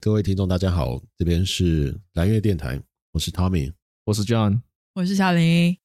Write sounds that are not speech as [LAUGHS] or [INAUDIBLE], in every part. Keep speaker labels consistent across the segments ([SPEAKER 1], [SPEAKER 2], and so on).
[SPEAKER 1] 各位听众，大家好，这边是蓝月电台，我是 Tommy。
[SPEAKER 2] 我是 John，
[SPEAKER 3] 我是小林。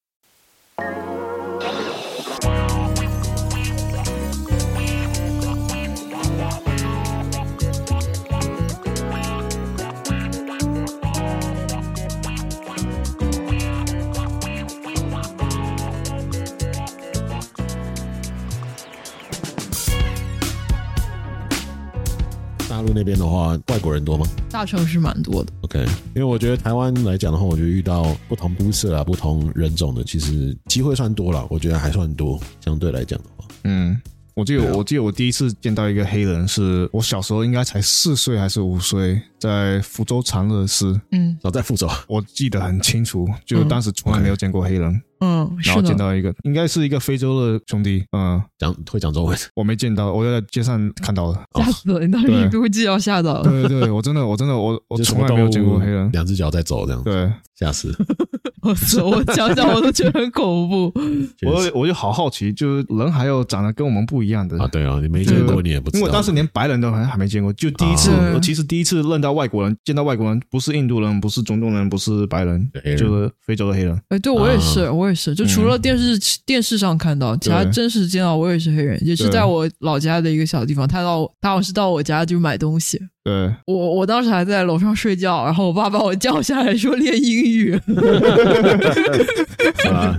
[SPEAKER 1] 大陆那边的话，外国人多吗
[SPEAKER 3] 大城市蛮多的，
[SPEAKER 1] ？OK，因为我觉得台湾来讲的话，我觉得遇到不同肤色啊、不同人种的，其实机会算多了，我觉得还算多，相对来讲的话。
[SPEAKER 2] 嗯，我记得
[SPEAKER 1] 对啊
[SPEAKER 2] 我记得我第一次见到一个黑人是，我小时候应该才四岁还是五岁，在福州长乐市，
[SPEAKER 3] 嗯
[SPEAKER 1] 早在福州，
[SPEAKER 2] 我记得很清楚，就
[SPEAKER 3] 嗯
[SPEAKER 2] 当时从来没有见过黑人，
[SPEAKER 3] 嗯，
[SPEAKER 2] 然
[SPEAKER 3] 是
[SPEAKER 2] 后见
[SPEAKER 3] 的，
[SPEAKER 2] 到一个应该是一个非洲的兄弟，嗯，
[SPEAKER 1] 讲会讲中文，
[SPEAKER 2] 我没见到，我在街上看到了，
[SPEAKER 3] 吓死了！你到
[SPEAKER 2] 对
[SPEAKER 3] 帝都记要吓到了，
[SPEAKER 2] 对对对，我真的我真的我我
[SPEAKER 1] 就什
[SPEAKER 2] 从
[SPEAKER 1] 么
[SPEAKER 2] 来
[SPEAKER 1] 动
[SPEAKER 2] 没
[SPEAKER 1] 物
[SPEAKER 2] 有见过黑人，
[SPEAKER 1] 两只脚在走这样，
[SPEAKER 2] 对
[SPEAKER 1] 吓死！
[SPEAKER 3] 我说我想想我都觉得很恐怖。
[SPEAKER 1] 确
[SPEAKER 2] [LAUGHS] 我
[SPEAKER 1] 实
[SPEAKER 2] 我就好好奇，就是人还有长得跟我们不一样的
[SPEAKER 1] 啊，对啊，你没见过你也不知
[SPEAKER 2] 因
[SPEAKER 1] 道。
[SPEAKER 2] 为我当时连白人都还还没见过，就第一次，
[SPEAKER 3] 啊
[SPEAKER 2] 我其实第一次认到外国人，见到外国人，不是印度人，不是中东人，不是白人
[SPEAKER 1] 对黑，人 [LAUGHS]
[SPEAKER 2] 就是非洲的黑人。
[SPEAKER 3] 哎，对我也是，我也是，就除了电视电视上看到，其他
[SPEAKER 2] 对
[SPEAKER 3] 真实见到我也是黑人，也是
[SPEAKER 2] 对
[SPEAKER 3] 在我老家的一个小地方，他到我他好像是到我家就买东西，
[SPEAKER 2] 对，
[SPEAKER 3] 我我当时还在楼上睡觉，然后我爸把我叫下来说练英语，
[SPEAKER 1] 啊，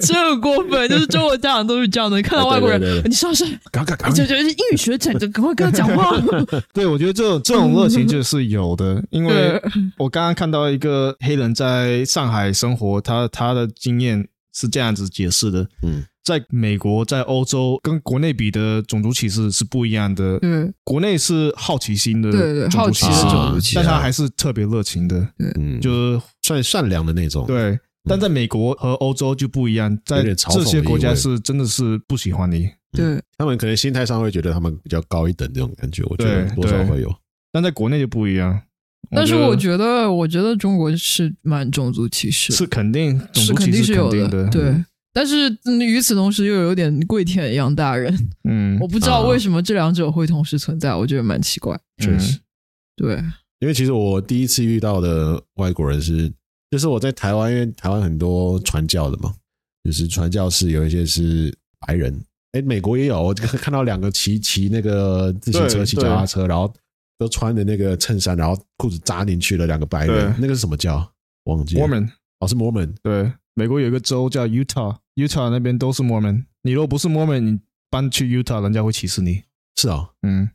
[SPEAKER 3] 这很过分，就是中国家长都是这样的，看到外国人
[SPEAKER 1] 对对对对
[SPEAKER 3] 你上身，
[SPEAKER 1] 嘎嘎嘎
[SPEAKER 3] 你，就觉得英语学整整赶快跟他讲话，
[SPEAKER 2] 对我觉得这种这种热情就是有的，因为
[SPEAKER 3] 对
[SPEAKER 2] 我刚刚看到一个黑人在上海生活，他他的经验是这样子解释的，
[SPEAKER 1] 嗯，
[SPEAKER 2] 在美国，在欧洲跟国内比的种族歧视是不一样的。
[SPEAKER 3] 对
[SPEAKER 2] 国内是好奇心的
[SPEAKER 3] 嗯对对
[SPEAKER 2] 种
[SPEAKER 3] 好
[SPEAKER 2] 族
[SPEAKER 3] 奇
[SPEAKER 2] 歧
[SPEAKER 3] 的
[SPEAKER 2] 视，
[SPEAKER 3] 种族歧
[SPEAKER 1] 啊
[SPEAKER 2] 但他还是特别热情的，
[SPEAKER 1] 嗯，就
[SPEAKER 2] 就是
[SPEAKER 1] 算善良的那种，，
[SPEAKER 2] 对，但在美国和欧洲就不一样，
[SPEAKER 1] 嗯
[SPEAKER 2] 在
[SPEAKER 1] 有点嘲讽的
[SPEAKER 2] 这些国
[SPEAKER 1] 意
[SPEAKER 2] 家
[SPEAKER 1] 味
[SPEAKER 2] 是真的是不喜欢你，
[SPEAKER 3] 对，
[SPEAKER 1] 他们可能心态上会觉得他们比较高一等这种感觉，我觉得
[SPEAKER 2] 对
[SPEAKER 1] 多少
[SPEAKER 2] 对
[SPEAKER 1] 会有。
[SPEAKER 2] 但在国内就不一样。
[SPEAKER 3] 但是我
[SPEAKER 2] 我
[SPEAKER 3] 觉得，我觉得中国是蛮种族歧视
[SPEAKER 2] 得
[SPEAKER 3] 的，
[SPEAKER 2] 是肯定种
[SPEAKER 3] 是
[SPEAKER 2] 族
[SPEAKER 3] 肯
[SPEAKER 2] 歧
[SPEAKER 3] 定是
[SPEAKER 2] 视
[SPEAKER 3] 有
[SPEAKER 2] 肯定的，
[SPEAKER 3] 对。但是嗯与此同时，又有点跪舔洋大人，
[SPEAKER 2] 嗯
[SPEAKER 3] 我，不知道为什么这两者会同时存在，我觉得蛮奇怪。
[SPEAKER 1] 确实
[SPEAKER 2] 嗯，
[SPEAKER 3] 对， [LAUGHS]
[SPEAKER 1] 因为其实我第一次遇到的外国人是，就是我在台湾，因为台湾很多传教的嘛，就是传教士有一些是白人，哎，美国也有，我 [LAUGHS] 看到两个骑骑那个自行车、
[SPEAKER 2] 对
[SPEAKER 1] 骑脚踏车，然后都穿的那个衬衫，然后裤子扎进去了，两个白人
[SPEAKER 2] 对，
[SPEAKER 1] 那个是什么教？忘记了
[SPEAKER 2] Mormon
[SPEAKER 1] 哦，是 Mormon
[SPEAKER 2] 对，美国有一个州叫 Utah，Utah 那边都是 Mormon，你如果不是 Mormon，你搬去 Utah，人家会歧视你。
[SPEAKER 1] 是哦，
[SPEAKER 2] 嗯，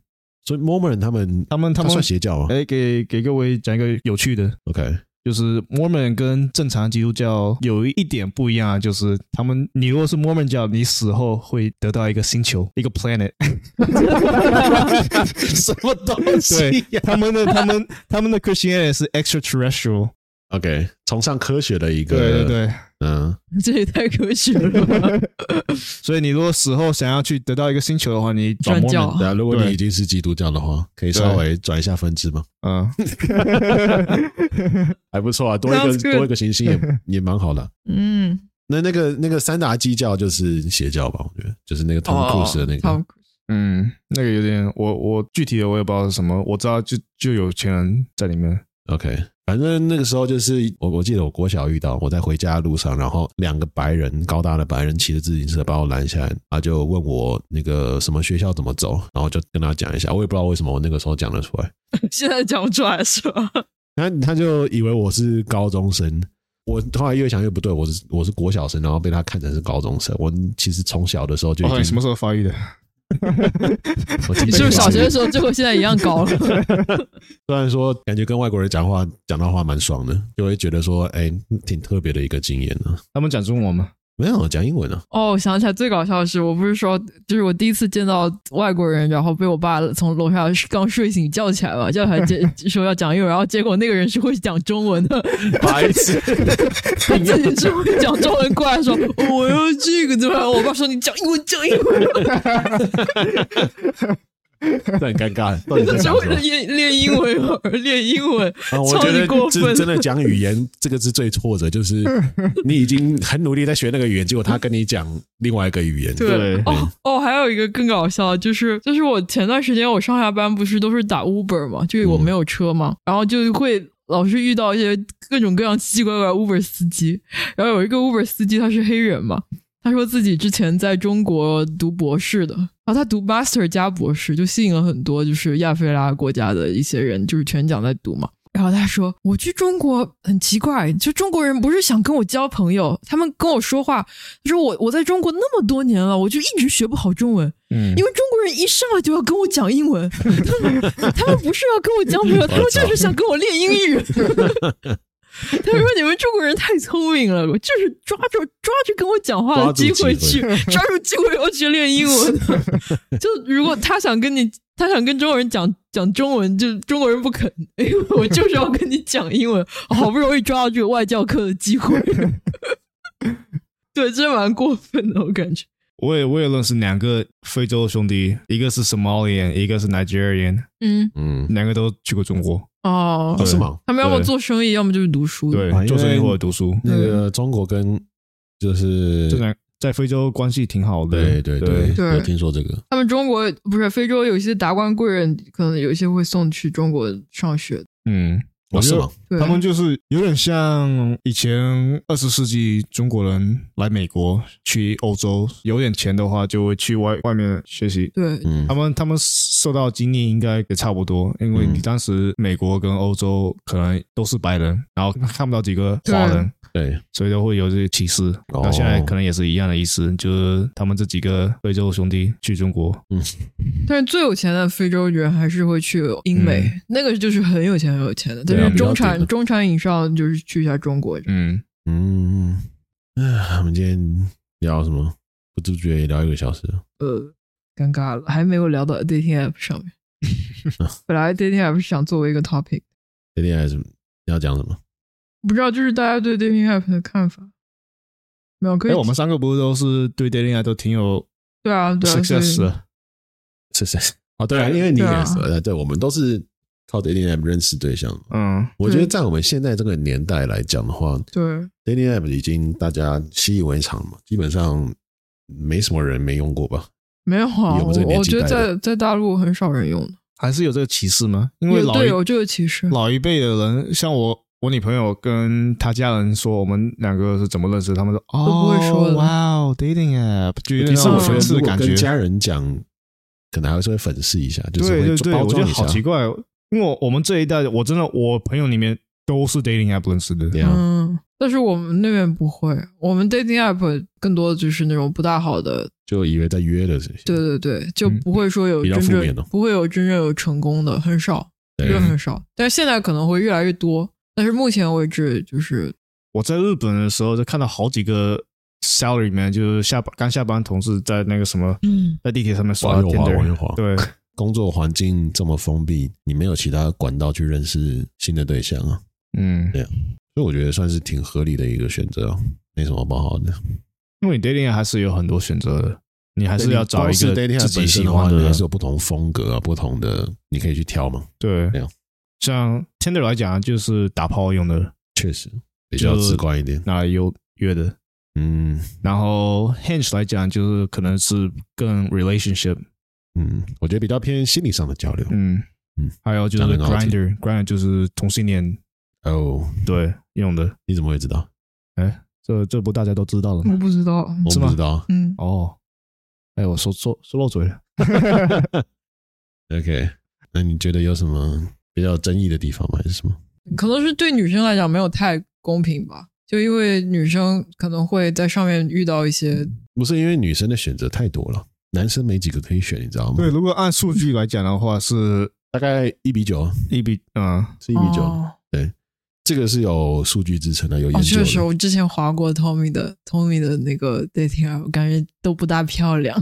[SPEAKER 1] 所以 Mormon 他们
[SPEAKER 2] 他们
[SPEAKER 1] 他
[SPEAKER 2] 他
[SPEAKER 1] 们
[SPEAKER 2] 们
[SPEAKER 1] 算邪教吗
[SPEAKER 2] 哎，给给各位讲一个有趣的，
[SPEAKER 1] ？OK，
[SPEAKER 2] 就是 Mormon 跟正常基督教有一点不一样啊，就是他们，你如果是 Mormon 教，你死后会得到一个星球，一个 planet。 [LAUGHS]
[SPEAKER 1] 什么东
[SPEAKER 2] 对
[SPEAKER 1] 西呀、
[SPEAKER 2] 他们的他们他们的 Christianity 是 extraterrestrial。
[SPEAKER 1] o k 崇尚科学的一个，
[SPEAKER 2] [LAUGHS] 对对，对，
[SPEAKER 1] 嗯，
[SPEAKER 3] 这也太科学了吧？
[SPEAKER 2] 所以你如果死后想要去得到一个星球的话，你转
[SPEAKER 3] 转
[SPEAKER 2] Mormon
[SPEAKER 3] 教
[SPEAKER 1] 对啊，如果你
[SPEAKER 2] 对
[SPEAKER 1] 已经是基督教的话，可以稍
[SPEAKER 2] 对
[SPEAKER 1] 微转一下分支吗？
[SPEAKER 2] 嗯，
[SPEAKER 1] 还不错啊，多一
[SPEAKER 3] Sounds
[SPEAKER 1] 个
[SPEAKER 3] good
[SPEAKER 1] 多一个行星也也蛮好的。
[SPEAKER 3] 嗯， [LAUGHS]
[SPEAKER 1] 那那个那个三达基教就是邪教吧？我觉得就是那个
[SPEAKER 3] 哦
[SPEAKER 1] Tom Cruise 的那个，
[SPEAKER 3] Tom Cruise
[SPEAKER 2] 嗯，那个有点，我我具体的我也不知道是什么，我知道就就有钱人在里面。
[SPEAKER 1] OK，反正那个时候就是我我记得我国小遇到，我在回家的路上，然后两个白人高大的白人骑着自行车把我拦下来，他就问我那个什么学校怎么走，然后就跟他讲一下，我也不知道为什么我那个时候讲得出来，
[SPEAKER 3] 现在讲不出来是吧？
[SPEAKER 1] 他他就以为我是高中生。我后来越想越不对，我是我是国小生，然后被他看成是高中生。我其实从小的时候就已
[SPEAKER 2] 哦，
[SPEAKER 1] 经
[SPEAKER 2] 你什么时候发育的？
[SPEAKER 1] 我基
[SPEAKER 3] 你
[SPEAKER 1] 本
[SPEAKER 3] 是不是小
[SPEAKER 1] 上
[SPEAKER 3] 学的时候就和现在一样高了？
[SPEAKER 1] 虽然说感觉跟外国人讲话讲到话蛮爽的，就会觉得说，哎、挺特别的一个经验呢、
[SPEAKER 2] 他们讲中文吗？
[SPEAKER 1] 没有讲英文啊呢、
[SPEAKER 3] 哦，我想起来最搞笑的是，我不是说，就是我第一次见到外国人，然后被我爸从楼下刚睡醒叫起来嘛，叫起来结 [LAUGHS] 说要讲英文，然后结果那个人是会讲中文的，
[SPEAKER 1] [LAUGHS] 白痴，
[SPEAKER 3] 他 [LAUGHS] 自己是会讲中文过来说哦
[SPEAKER 1] [LAUGHS]
[SPEAKER 3] 我要这个对吧？我爸说你讲英文讲英文，
[SPEAKER 1] 这很尴尬。到底在
[SPEAKER 3] 怎
[SPEAKER 1] 讲
[SPEAKER 3] 么
[SPEAKER 1] 什么？
[SPEAKER 3] 练练英文， [LAUGHS] 练英文？
[SPEAKER 1] 啊，我
[SPEAKER 3] [LAUGHS] 超
[SPEAKER 1] 觉
[SPEAKER 3] 级
[SPEAKER 1] 得
[SPEAKER 3] 过
[SPEAKER 1] 这
[SPEAKER 3] 分
[SPEAKER 1] 真的讲语言这个是最挫折，就是
[SPEAKER 3] [LAUGHS]
[SPEAKER 1] 你已经很努力在学那个语言，结果他跟你讲另外一个语言，
[SPEAKER 2] 对
[SPEAKER 3] 哦哦，还有一个更搞笑的，就是就是我前段时间我上下班不是都是打 Uber 嘛，就是我
[SPEAKER 1] 嗯
[SPEAKER 3] 没有车嘛，然后就会老是遇到一些各种各样奇奇怪怪的 Uber 司机，然后有一个 Uber 司机他是黑人嘛，他说自己之前在中国读博士的，然后他读 master 加博士，就吸引了很多就是亚非拉国家的一些人，就是全奖在读嘛。然后他说：“我去中国很奇怪，就中国人不是想跟我交朋友，他们跟我说话，他说我我在中国那么多年了，我就一直学不好中文，
[SPEAKER 2] 嗯
[SPEAKER 3] 因为中国人一上来就要跟我讲英文， [LAUGHS] 他们他们不是要跟我交朋 [LAUGHS] 友，他们就是想跟我练英语。 [LAUGHS] 他说：“你们中国人太聪明了，我就是抓住抓住跟我讲话的机会去， [LAUGHS] 抓住机会要去练英 [LAUGHS] 文。就如果他想跟你，他想跟中国人讲讲中文，就中国人不肯， [LAUGHS] 因为我就是要跟你讲英文，好不容易抓到这个外教课的机会。” [LAUGHS] 对，真蛮过分的，我感觉。
[SPEAKER 2] 我也我也认识两个非洲兄弟，一个是 Somalian，一个是 Nigerian，
[SPEAKER 3] 嗯，
[SPEAKER 1] 嗯，
[SPEAKER 2] 两个都去过中国，
[SPEAKER 3] 哦
[SPEAKER 1] 哦，，是吗？
[SPEAKER 3] 他们要么
[SPEAKER 2] 对
[SPEAKER 3] 做生意，要么就是读书。
[SPEAKER 2] 对
[SPEAKER 1] 啊因为，
[SPEAKER 2] 做生意或者读书，
[SPEAKER 1] 那个中国跟就是
[SPEAKER 2] 这两在非洲关系挺好的。
[SPEAKER 1] 对嗯对
[SPEAKER 2] 对
[SPEAKER 3] 对
[SPEAKER 1] 有听说这个，
[SPEAKER 3] 他们中国不是非洲有一些达官贵人，可能有一些会送去中国上学。
[SPEAKER 2] 嗯，我
[SPEAKER 1] 哦
[SPEAKER 2] 觉
[SPEAKER 1] 是
[SPEAKER 2] 得
[SPEAKER 1] 吗？
[SPEAKER 3] 对，
[SPEAKER 2] 他们就是有点像以前二十世纪中国人来美国、去欧洲，有点钱的话就会去外外面学习。
[SPEAKER 3] 对
[SPEAKER 1] 嗯
[SPEAKER 2] 他，们他们受到经历应该也差不多，因为
[SPEAKER 1] 嗯
[SPEAKER 2] 你当时美国跟欧洲可能都是白人，然后看不到几个华人，
[SPEAKER 1] 对，
[SPEAKER 2] 所以都会有这些歧视。
[SPEAKER 1] 哦
[SPEAKER 2] 然后现在可能也是一样的意思，就是他们这几个非洲兄弟去中国，
[SPEAKER 3] 但是最有钱的非洲人还是会去英美，那个就是很有钱很有钱的。但
[SPEAKER 2] 对啊
[SPEAKER 3] 是
[SPEAKER 1] 比较
[SPEAKER 3] 中
[SPEAKER 1] 顶
[SPEAKER 3] 产
[SPEAKER 1] 的
[SPEAKER 3] 中产以上就是去一下中国。
[SPEAKER 2] 嗯，
[SPEAKER 1] 嗯，唉，我们今天聊什么？不知不觉也聊一个小时了，
[SPEAKER 3] 呃，尴尬了，还没有聊到 dating app 上面。本来 dating app 是想作为一个 topic，
[SPEAKER 1] 今天还是要讲什么？
[SPEAKER 3] 不知道就是大家对 dating app 的看法。没有可
[SPEAKER 2] 哎、
[SPEAKER 3] 以，
[SPEAKER 2] 我们三个不是都是对 dating 啊都挺有
[SPEAKER 3] 对啊对啊，所以
[SPEAKER 2] success 的，
[SPEAKER 1] 是是是，哦，对啊，因为你
[SPEAKER 3] 对啊
[SPEAKER 1] 也是，呃对，我们都是靠 dating app 认识对象嘛。
[SPEAKER 2] 嗯
[SPEAKER 1] 我觉得在我们现在这个年代来讲的话
[SPEAKER 3] 对
[SPEAKER 1] ，dating app 已经大家习以为常嘛，基本上没什么人没用过吧。
[SPEAKER 3] 没有啊，
[SPEAKER 1] 有
[SPEAKER 3] 我
[SPEAKER 1] 这个年
[SPEAKER 3] 我
[SPEAKER 1] 纪
[SPEAKER 3] 觉得
[SPEAKER 1] 带的
[SPEAKER 3] 在在大陆很少人用的，
[SPEAKER 2] 还是有这个歧视吗？因为
[SPEAKER 3] 有
[SPEAKER 2] 老
[SPEAKER 3] 对
[SPEAKER 2] 一
[SPEAKER 3] 有这个歧视。
[SPEAKER 2] 老一辈的人，像我，我女朋友跟她家人说我们两个是怎么认识，他们说哦，
[SPEAKER 3] 不会说的
[SPEAKER 2] 哇哦，dating app，就有
[SPEAKER 1] 其
[SPEAKER 2] 点
[SPEAKER 1] 实
[SPEAKER 2] 让
[SPEAKER 1] 我
[SPEAKER 2] 觉
[SPEAKER 1] 觉
[SPEAKER 2] 得
[SPEAKER 1] 得，
[SPEAKER 2] 是
[SPEAKER 1] 如果
[SPEAKER 2] 感
[SPEAKER 1] 跟
[SPEAKER 2] 觉，
[SPEAKER 1] 家人讲，可能还是会粉饰一下，就是
[SPEAKER 2] 对
[SPEAKER 1] 会
[SPEAKER 2] 对对，
[SPEAKER 1] 包
[SPEAKER 2] 我觉
[SPEAKER 1] 装
[SPEAKER 2] 得
[SPEAKER 1] 一下
[SPEAKER 2] 好。奇怪，因为我我们这一代，我真的我朋友里面都是 dating app 认识的，
[SPEAKER 1] 对啊，
[SPEAKER 3] 嗯，但是我们那边不会，我们 dating app 更多的就是那种不大好的，
[SPEAKER 1] 就以为在约的，
[SPEAKER 3] 对对对，就
[SPEAKER 2] 嗯
[SPEAKER 3] 不会说有
[SPEAKER 1] 比较
[SPEAKER 3] 真
[SPEAKER 1] 负
[SPEAKER 3] 正、
[SPEAKER 1] 面哦
[SPEAKER 3] 不会有真正有成功的，很少，真的很少。但是现在可能会越来越多，但是目前为止就是
[SPEAKER 2] 我在日本的时候就看到好几个 salary man，就是下班刚下班同事在那个什么，
[SPEAKER 3] 嗯
[SPEAKER 2] 在地铁上面刷
[SPEAKER 1] 王月华，王月
[SPEAKER 2] Tinder，
[SPEAKER 1] 华，
[SPEAKER 2] 对，
[SPEAKER 1] 工作环境这么封闭，你没有其他管道去认识新的对象啊，
[SPEAKER 2] 嗯，
[SPEAKER 1] 所以我觉得算是挺合理的一个选择啊，没什么不好的。
[SPEAKER 2] 因为你 dating app 还是有很多选择的，你还是要找一个
[SPEAKER 1] 对你光是 dating app
[SPEAKER 2] 自己
[SPEAKER 1] 本身
[SPEAKER 2] 喜
[SPEAKER 1] 的话
[SPEAKER 2] 欢
[SPEAKER 1] 你
[SPEAKER 2] 的
[SPEAKER 1] 还是有不同风格啊，不同的你可以去挑嘛。
[SPEAKER 2] 对
[SPEAKER 1] 没有，
[SPEAKER 2] 像 Tinder 来讲就是打炮用的，
[SPEAKER 1] 确实比较直观一点。
[SPEAKER 2] 拿来优约的。
[SPEAKER 1] 嗯
[SPEAKER 2] 然后 Hinge 来讲就是可能是更 relationship，
[SPEAKER 1] 嗯，我觉得比较偏心理上的交流。
[SPEAKER 2] 嗯
[SPEAKER 1] 嗯，
[SPEAKER 2] 还有就是
[SPEAKER 1] 讲得很好听
[SPEAKER 2] Grinder，Grinder 就是同性恋
[SPEAKER 1] 哦，
[SPEAKER 2] 对用的。
[SPEAKER 1] 你怎么会知道？
[SPEAKER 2] 哎，这这不大家都知道了
[SPEAKER 3] 我
[SPEAKER 2] 吗？
[SPEAKER 3] 不知道，
[SPEAKER 1] 我
[SPEAKER 2] 是
[SPEAKER 1] 不
[SPEAKER 2] 吗
[SPEAKER 1] 知道。
[SPEAKER 3] 嗯，
[SPEAKER 2] 哦，哎，我说说说漏嘴了。
[SPEAKER 1] OK，那你觉得有什么比较有争议的地方吗？还是什么？
[SPEAKER 3] 可能是对女生来讲没有太公平吧，就因为女生可能会在上面遇到一些
[SPEAKER 1] 不是因为女生的选择太多了，男生没几个可以选，你知道吗？
[SPEAKER 2] 对，，如果按数据来讲的话，是
[SPEAKER 1] 大概一比九，啊
[SPEAKER 2] 一比嗯，
[SPEAKER 1] 是一比九、
[SPEAKER 3] 哦
[SPEAKER 1] 这个是有数据支撑啊的，有
[SPEAKER 3] 哦，
[SPEAKER 1] 研究
[SPEAKER 3] 确实，
[SPEAKER 1] 的。
[SPEAKER 3] 我之前划过 Tommy 的 Tommy 的那个 dating app，我感觉都不大
[SPEAKER 1] [LAUGHS]
[SPEAKER 3] 漂亮。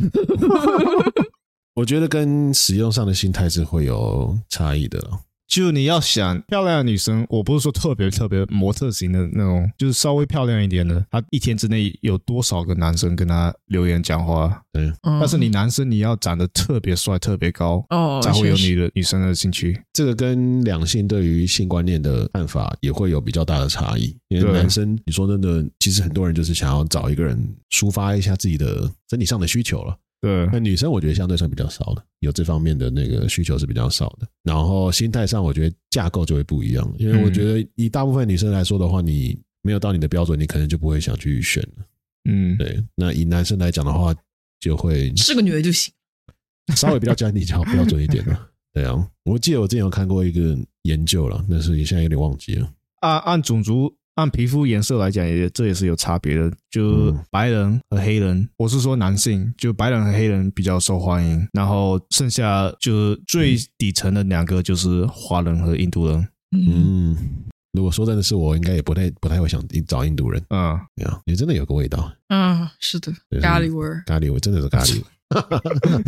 [SPEAKER 1] 我觉得跟使用上的心态是会有差异的了。
[SPEAKER 2] 就你要想漂亮的女生，我不是说特别特别模特型的那种，就是稍微漂亮一点的，她一天之内有多少个男生跟她留言讲话？
[SPEAKER 1] 对，
[SPEAKER 3] 嗯
[SPEAKER 2] 但是你男生你要长得特别帅、特别高，
[SPEAKER 3] 哦，
[SPEAKER 2] 才会有
[SPEAKER 3] 确实
[SPEAKER 2] 女的女生的兴趣。
[SPEAKER 1] 这个跟两性对于性观念的看法也会有比较大的差异。因为
[SPEAKER 2] 对
[SPEAKER 1] 男生，你说真的，其实很多人就是想要找一个人抒发一下自己的身体上的需求了。
[SPEAKER 2] 对，
[SPEAKER 1] 那女生我觉得相对算比较少的，有这方面的那个需求是比较少的。然后心态上，我觉得架构就会不一样，因为我觉得以大部分女生来说的话，你没有到你的标准，你可能就不会想去选了。
[SPEAKER 2] 嗯，
[SPEAKER 1] 对，那以男生来讲的话，就会
[SPEAKER 3] 是个女的就行。 [LAUGHS]
[SPEAKER 1] 稍微比较讲你讲标准一点了。对啊，我记得我之前有看过一个研究了，但是也现在有点忘记了。
[SPEAKER 2] 按按种族、按皮肤颜色来讲也，这也是有差别的。就
[SPEAKER 1] 嗯
[SPEAKER 2] 白人和黑人，我是说男性，就白人和黑人比较受欢迎，然后剩下就是最底层的两个就是华人和印度人。
[SPEAKER 3] 嗯，
[SPEAKER 1] 嗯，如果说真的是我，应该也不太不太会想找印度人。
[SPEAKER 2] 嗯，
[SPEAKER 1] 对啊，也真的有个味道，
[SPEAKER 3] 啊，是的，
[SPEAKER 1] 嗯对
[SPEAKER 3] 咖喱味儿，
[SPEAKER 1] 咖喱味真的是咖
[SPEAKER 3] [LAUGHS]
[SPEAKER 1] 喱味。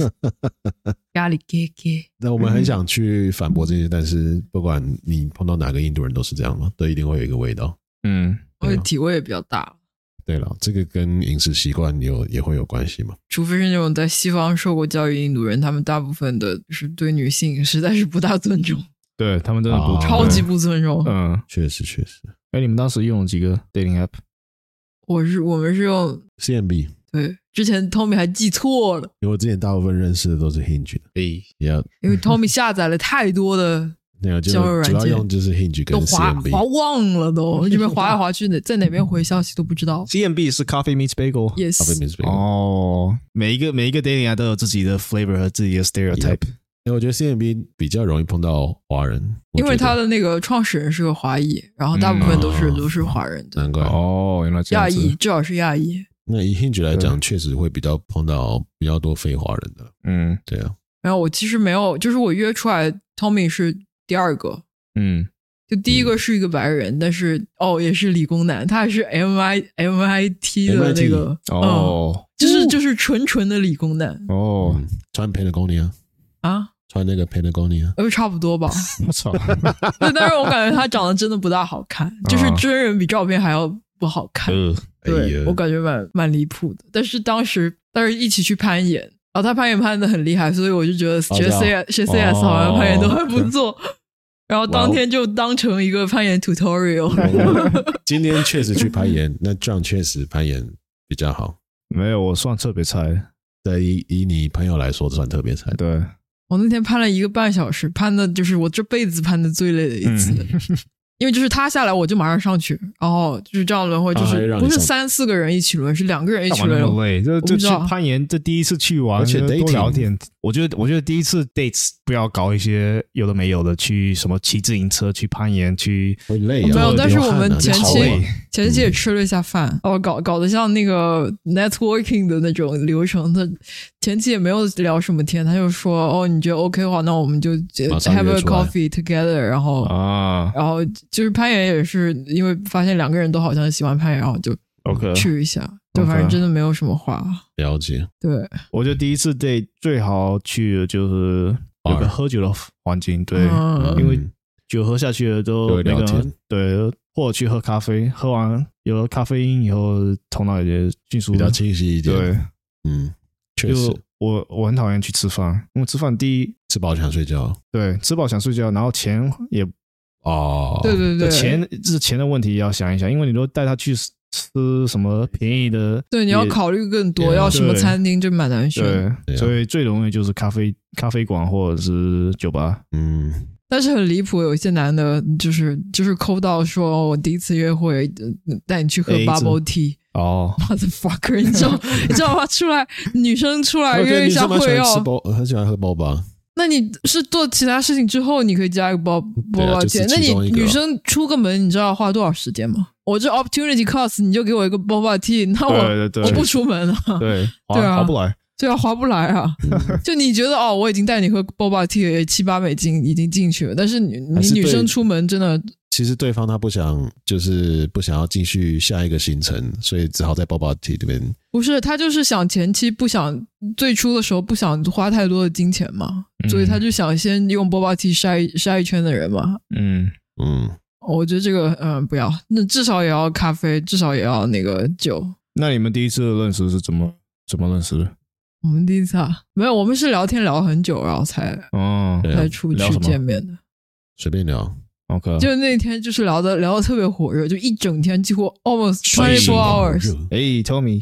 [SPEAKER 3] 咖喱给给，
[SPEAKER 1] 那我们很想去反驳这些，但是不管你碰到哪个印度人都是这样嘛，都一定会有一个味道。
[SPEAKER 2] 嗯，
[SPEAKER 3] 我的
[SPEAKER 1] 对啊
[SPEAKER 3] 体味也比较大，
[SPEAKER 1] 对了，这个跟饮食习惯有也会有关系嘛。
[SPEAKER 3] 除非是那种在西方受过教育的印度人，他们大部分的就是对女性实在是不大尊重，
[SPEAKER 2] 对他们真的不
[SPEAKER 1] 哦
[SPEAKER 3] 超级
[SPEAKER 2] 对
[SPEAKER 3] 不尊重。
[SPEAKER 2] 嗯，
[SPEAKER 1] 确实，确实
[SPEAKER 2] 哎，你们当时用了几个 dating app？
[SPEAKER 3] 我是我们是用
[SPEAKER 1] ，CMB，
[SPEAKER 3] 对，之前 Tommy 还记错了，
[SPEAKER 1] 因为我之前大部分认识的都是 Hinge 的，
[SPEAKER 2] 哎，
[SPEAKER 1] 也要
[SPEAKER 3] 因为 Tommy 下载了太多的，
[SPEAKER 1] 那个就
[SPEAKER 3] 交友软
[SPEAKER 1] 主
[SPEAKER 3] 件
[SPEAKER 1] 要用就是 Hinge 跟
[SPEAKER 3] 都滑
[SPEAKER 1] CMB。
[SPEAKER 3] 滑忘了都，这边滑来滑去的，在哪边回消息都不
[SPEAKER 2] [LAUGHS]
[SPEAKER 3] 知道。
[SPEAKER 2] CMB 是 Coffee Meets Bagel。
[SPEAKER 1] 咖啡
[SPEAKER 3] Yes，
[SPEAKER 1] 没事
[SPEAKER 2] 哦，每一个每一个 dating app 都有自己的 flavor 和自己的 stereotype。
[SPEAKER 1] 因为我觉得 CMB 比较容易碰到华人，我
[SPEAKER 3] 因
[SPEAKER 1] 觉
[SPEAKER 3] 为他
[SPEAKER 1] 得
[SPEAKER 3] 的那个创始人是个华裔，然后大部分都是
[SPEAKER 1] 嗯
[SPEAKER 3] 都是华人的
[SPEAKER 1] 难怪。
[SPEAKER 2] 哦，原来这
[SPEAKER 3] 亚
[SPEAKER 2] 样子。
[SPEAKER 3] 裔，至少是亚裔。
[SPEAKER 1] 那以 Hinge 来
[SPEAKER 2] 对
[SPEAKER 1] 讲，确实会比较碰到比较多非华人的，
[SPEAKER 2] 嗯
[SPEAKER 1] 对啊，
[SPEAKER 3] 然后我其实没有，就是我约出来，Tommy 是第二个，
[SPEAKER 2] 嗯，
[SPEAKER 3] 就第一个是一个白人，但是哦也是理工男，他也是 M I M I T 的那个，嗯，
[SPEAKER 2] 哦
[SPEAKER 3] 就是就是纯纯的理工男
[SPEAKER 2] 哦，
[SPEAKER 1] 嗯穿 Patagonia，
[SPEAKER 3] 啊，
[SPEAKER 1] 穿那个 Patagonia，
[SPEAKER 3] 呃差不多吧。
[SPEAKER 1] [LAUGHS]
[SPEAKER 2] 我操，
[SPEAKER 3] 对，但是我感觉他长得真的不大好看，就是
[SPEAKER 2] 啊
[SPEAKER 3] 真人比照片还要不好看。
[SPEAKER 2] 呃，
[SPEAKER 1] 哎
[SPEAKER 3] 对
[SPEAKER 1] 呀
[SPEAKER 3] 我感觉蛮蛮离谱的。但是当时，但是一起去攀岩，然后他攀岩攀的很厉害，所以我就觉得学
[SPEAKER 1] 知道
[SPEAKER 3] CS 学 CS 好像攀岩都还不错。然后当天就当成一个攀岩
[SPEAKER 1] 嗯
[SPEAKER 3] tutorial，
[SPEAKER 1] [LAUGHS] 今天确实去攀岩，那 John 确实攀岩比较好。
[SPEAKER 2] 没有，我算特别菜，
[SPEAKER 1] 对，以以你朋友来说，这算特别菜。
[SPEAKER 2] 对，
[SPEAKER 3] 我那天攀了一个半小时，攀的就是我这辈子攀的最累的一次。 [LAUGHS] 因为就是他下来，我就马上上去，然后就是这样轮回，就
[SPEAKER 1] 啊还
[SPEAKER 3] 是
[SPEAKER 1] 让你
[SPEAKER 3] 不是
[SPEAKER 1] 上
[SPEAKER 3] 三四个人一起轮，是两个人一
[SPEAKER 2] 干
[SPEAKER 3] 起
[SPEAKER 2] 嘛那
[SPEAKER 3] 轮。
[SPEAKER 2] 么累？啊这
[SPEAKER 3] 不
[SPEAKER 2] 这
[SPEAKER 3] 知
[SPEAKER 2] 去
[SPEAKER 3] 道
[SPEAKER 2] 攀岩，这第一次去玩，
[SPEAKER 1] 而且
[SPEAKER 2] 就多
[SPEAKER 1] dating
[SPEAKER 2] 聊点。我觉得，我觉得第一次 date 不要搞一些有的没有的，去什么骑自行车、去攀岩、去
[SPEAKER 1] 会累啊！
[SPEAKER 3] 没哦有但是
[SPEAKER 1] 流汗啊
[SPEAKER 3] 我们前期
[SPEAKER 1] 好累
[SPEAKER 3] 前期也
[SPEAKER 1] 嗯
[SPEAKER 3] 吃了一下饭，哦，搞搞得像那个 networking 的那种流程。他前期也没有聊什么天，他就说：“哦，你觉得 OK 的话，那我们就呃
[SPEAKER 1] 马上
[SPEAKER 3] have
[SPEAKER 1] 约
[SPEAKER 3] a
[SPEAKER 1] 出来
[SPEAKER 3] coffee together。”然后，
[SPEAKER 2] 啊。
[SPEAKER 3] 然后就是攀岩也是因为发现两个人都好像喜欢攀岩，然后就
[SPEAKER 1] 呃
[SPEAKER 2] OK，
[SPEAKER 3] 去一下。就反正真的没有什么话。
[SPEAKER 1] 了解，
[SPEAKER 3] 对，
[SPEAKER 2] 我觉得第一次 date 最好去的就是有个
[SPEAKER 1] Bar
[SPEAKER 2] 喝酒的环境，对，
[SPEAKER 3] 嗯
[SPEAKER 2] 因为
[SPEAKER 1] 嗯
[SPEAKER 2] 酒喝下去了
[SPEAKER 1] 就
[SPEAKER 2] 都
[SPEAKER 1] 会
[SPEAKER 2] 那
[SPEAKER 1] 聊
[SPEAKER 2] 个
[SPEAKER 1] 天
[SPEAKER 2] 对，或者去喝咖啡，喝完有了咖啡因以后，头脑也迅速
[SPEAKER 1] 比较清晰一点。
[SPEAKER 2] 对，
[SPEAKER 1] 嗯，确实
[SPEAKER 2] 就我我很讨厌去吃饭，因为吃饭第一
[SPEAKER 1] 吃饱想睡觉
[SPEAKER 2] 对吃饱想睡觉，然后钱也
[SPEAKER 1] 哦。
[SPEAKER 3] 对对对，
[SPEAKER 2] 钱这是钱的问题要想一想，因为你都带他去吃吃什么便宜的，
[SPEAKER 3] 对，你要考虑更多，
[SPEAKER 1] 也
[SPEAKER 3] 要什么
[SPEAKER 2] 对
[SPEAKER 3] 餐厅就蛮难选。
[SPEAKER 2] 对，
[SPEAKER 1] 对啊
[SPEAKER 2] 所以最容易就是咖啡咖啡馆或者是酒吧，
[SPEAKER 1] 嗯，
[SPEAKER 3] 但是很离谱，有一些男的，就是就是抠到说，哦我第一次约会呃带你去喝
[SPEAKER 2] A 字
[SPEAKER 3] bubble [LAUGHS] tea，motherfucker，
[SPEAKER 2] 哦，
[SPEAKER 3] 你知道
[SPEAKER 1] [LAUGHS]
[SPEAKER 3] 你知道吗？出来女生出 [LAUGHS] 来
[SPEAKER 1] 我觉得
[SPEAKER 3] 约一
[SPEAKER 1] 女
[SPEAKER 3] 下
[SPEAKER 1] 生蛮喜
[SPEAKER 3] 会
[SPEAKER 1] 欢吃
[SPEAKER 3] 哦，
[SPEAKER 1] 包，呃很喜欢喝包吧。
[SPEAKER 3] 那你是做其他事情之后，你可以加一个 bob
[SPEAKER 1] 对
[SPEAKER 3] bob
[SPEAKER 1] 啊
[SPEAKER 3] bob
[SPEAKER 1] 就是
[SPEAKER 3] 姐，那
[SPEAKER 1] 其中
[SPEAKER 3] 你
[SPEAKER 1] 一个
[SPEAKER 3] 女生出个门，你知道要花多少时间吗？我这 opportunity cost，你就给我一个 bob tea，那啊我
[SPEAKER 2] 对对对，
[SPEAKER 3] 我不出门 [LAUGHS] 啊，
[SPEAKER 2] 对，划
[SPEAKER 3] 对啊
[SPEAKER 2] 划不来，
[SPEAKER 3] 对啊，划不来
[SPEAKER 1] [LAUGHS]
[SPEAKER 3] 啊。就你觉得哦，我已经带你喝 boba tea 七八美金已经进去了，但是你
[SPEAKER 1] 还
[SPEAKER 3] 你
[SPEAKER 1] 是对
[SPEAKER 3] 女生出门真的
[SPEAKER 1] 其实对方他不想，就是不想要继续下一个行程，所以只好在包包体里面。
[SPEAKER 3] 不是他就是想前期不想最初的时候不想花太多的金钱嘛，
[SPEAKER 2] 嗯
[SPEAKER 3] 所以他就想先用波霸 T 筛筛一圈的人嘛。
[SPEAKER 2] 嗯，
[SPEAKER 1] 嗯，
[SPEAKER 3] 我觉得这个嗯、呃不要，那至少也要咖啡，至少也要那个酒。
[SPEAKER 2] 那你们第一次认识是怎么怎么认识的？
[SPEAKER 3] 我们第一次啊，没有，我们是聊天聊很久，然后才
[SPEAKER 2] 哦
[SPEAKER 1] 对啊
[SPEAKER 3] 才，出
[SPEAKER 2] 聊
[SPEAKER 3] 去
[SPEAKER 2] 什么啊
[SPEAKER 3] 见面的。
[SPEAKER 1] 随便聊。
[SPEAKER 2] 哦，OK，
[SPEAKER 3] [LAUGHS] 就那天就是聊的聊的特别火热，就一整天几乎 almost twenty four hours，
[SPEAKER 2] 哎，Tell me，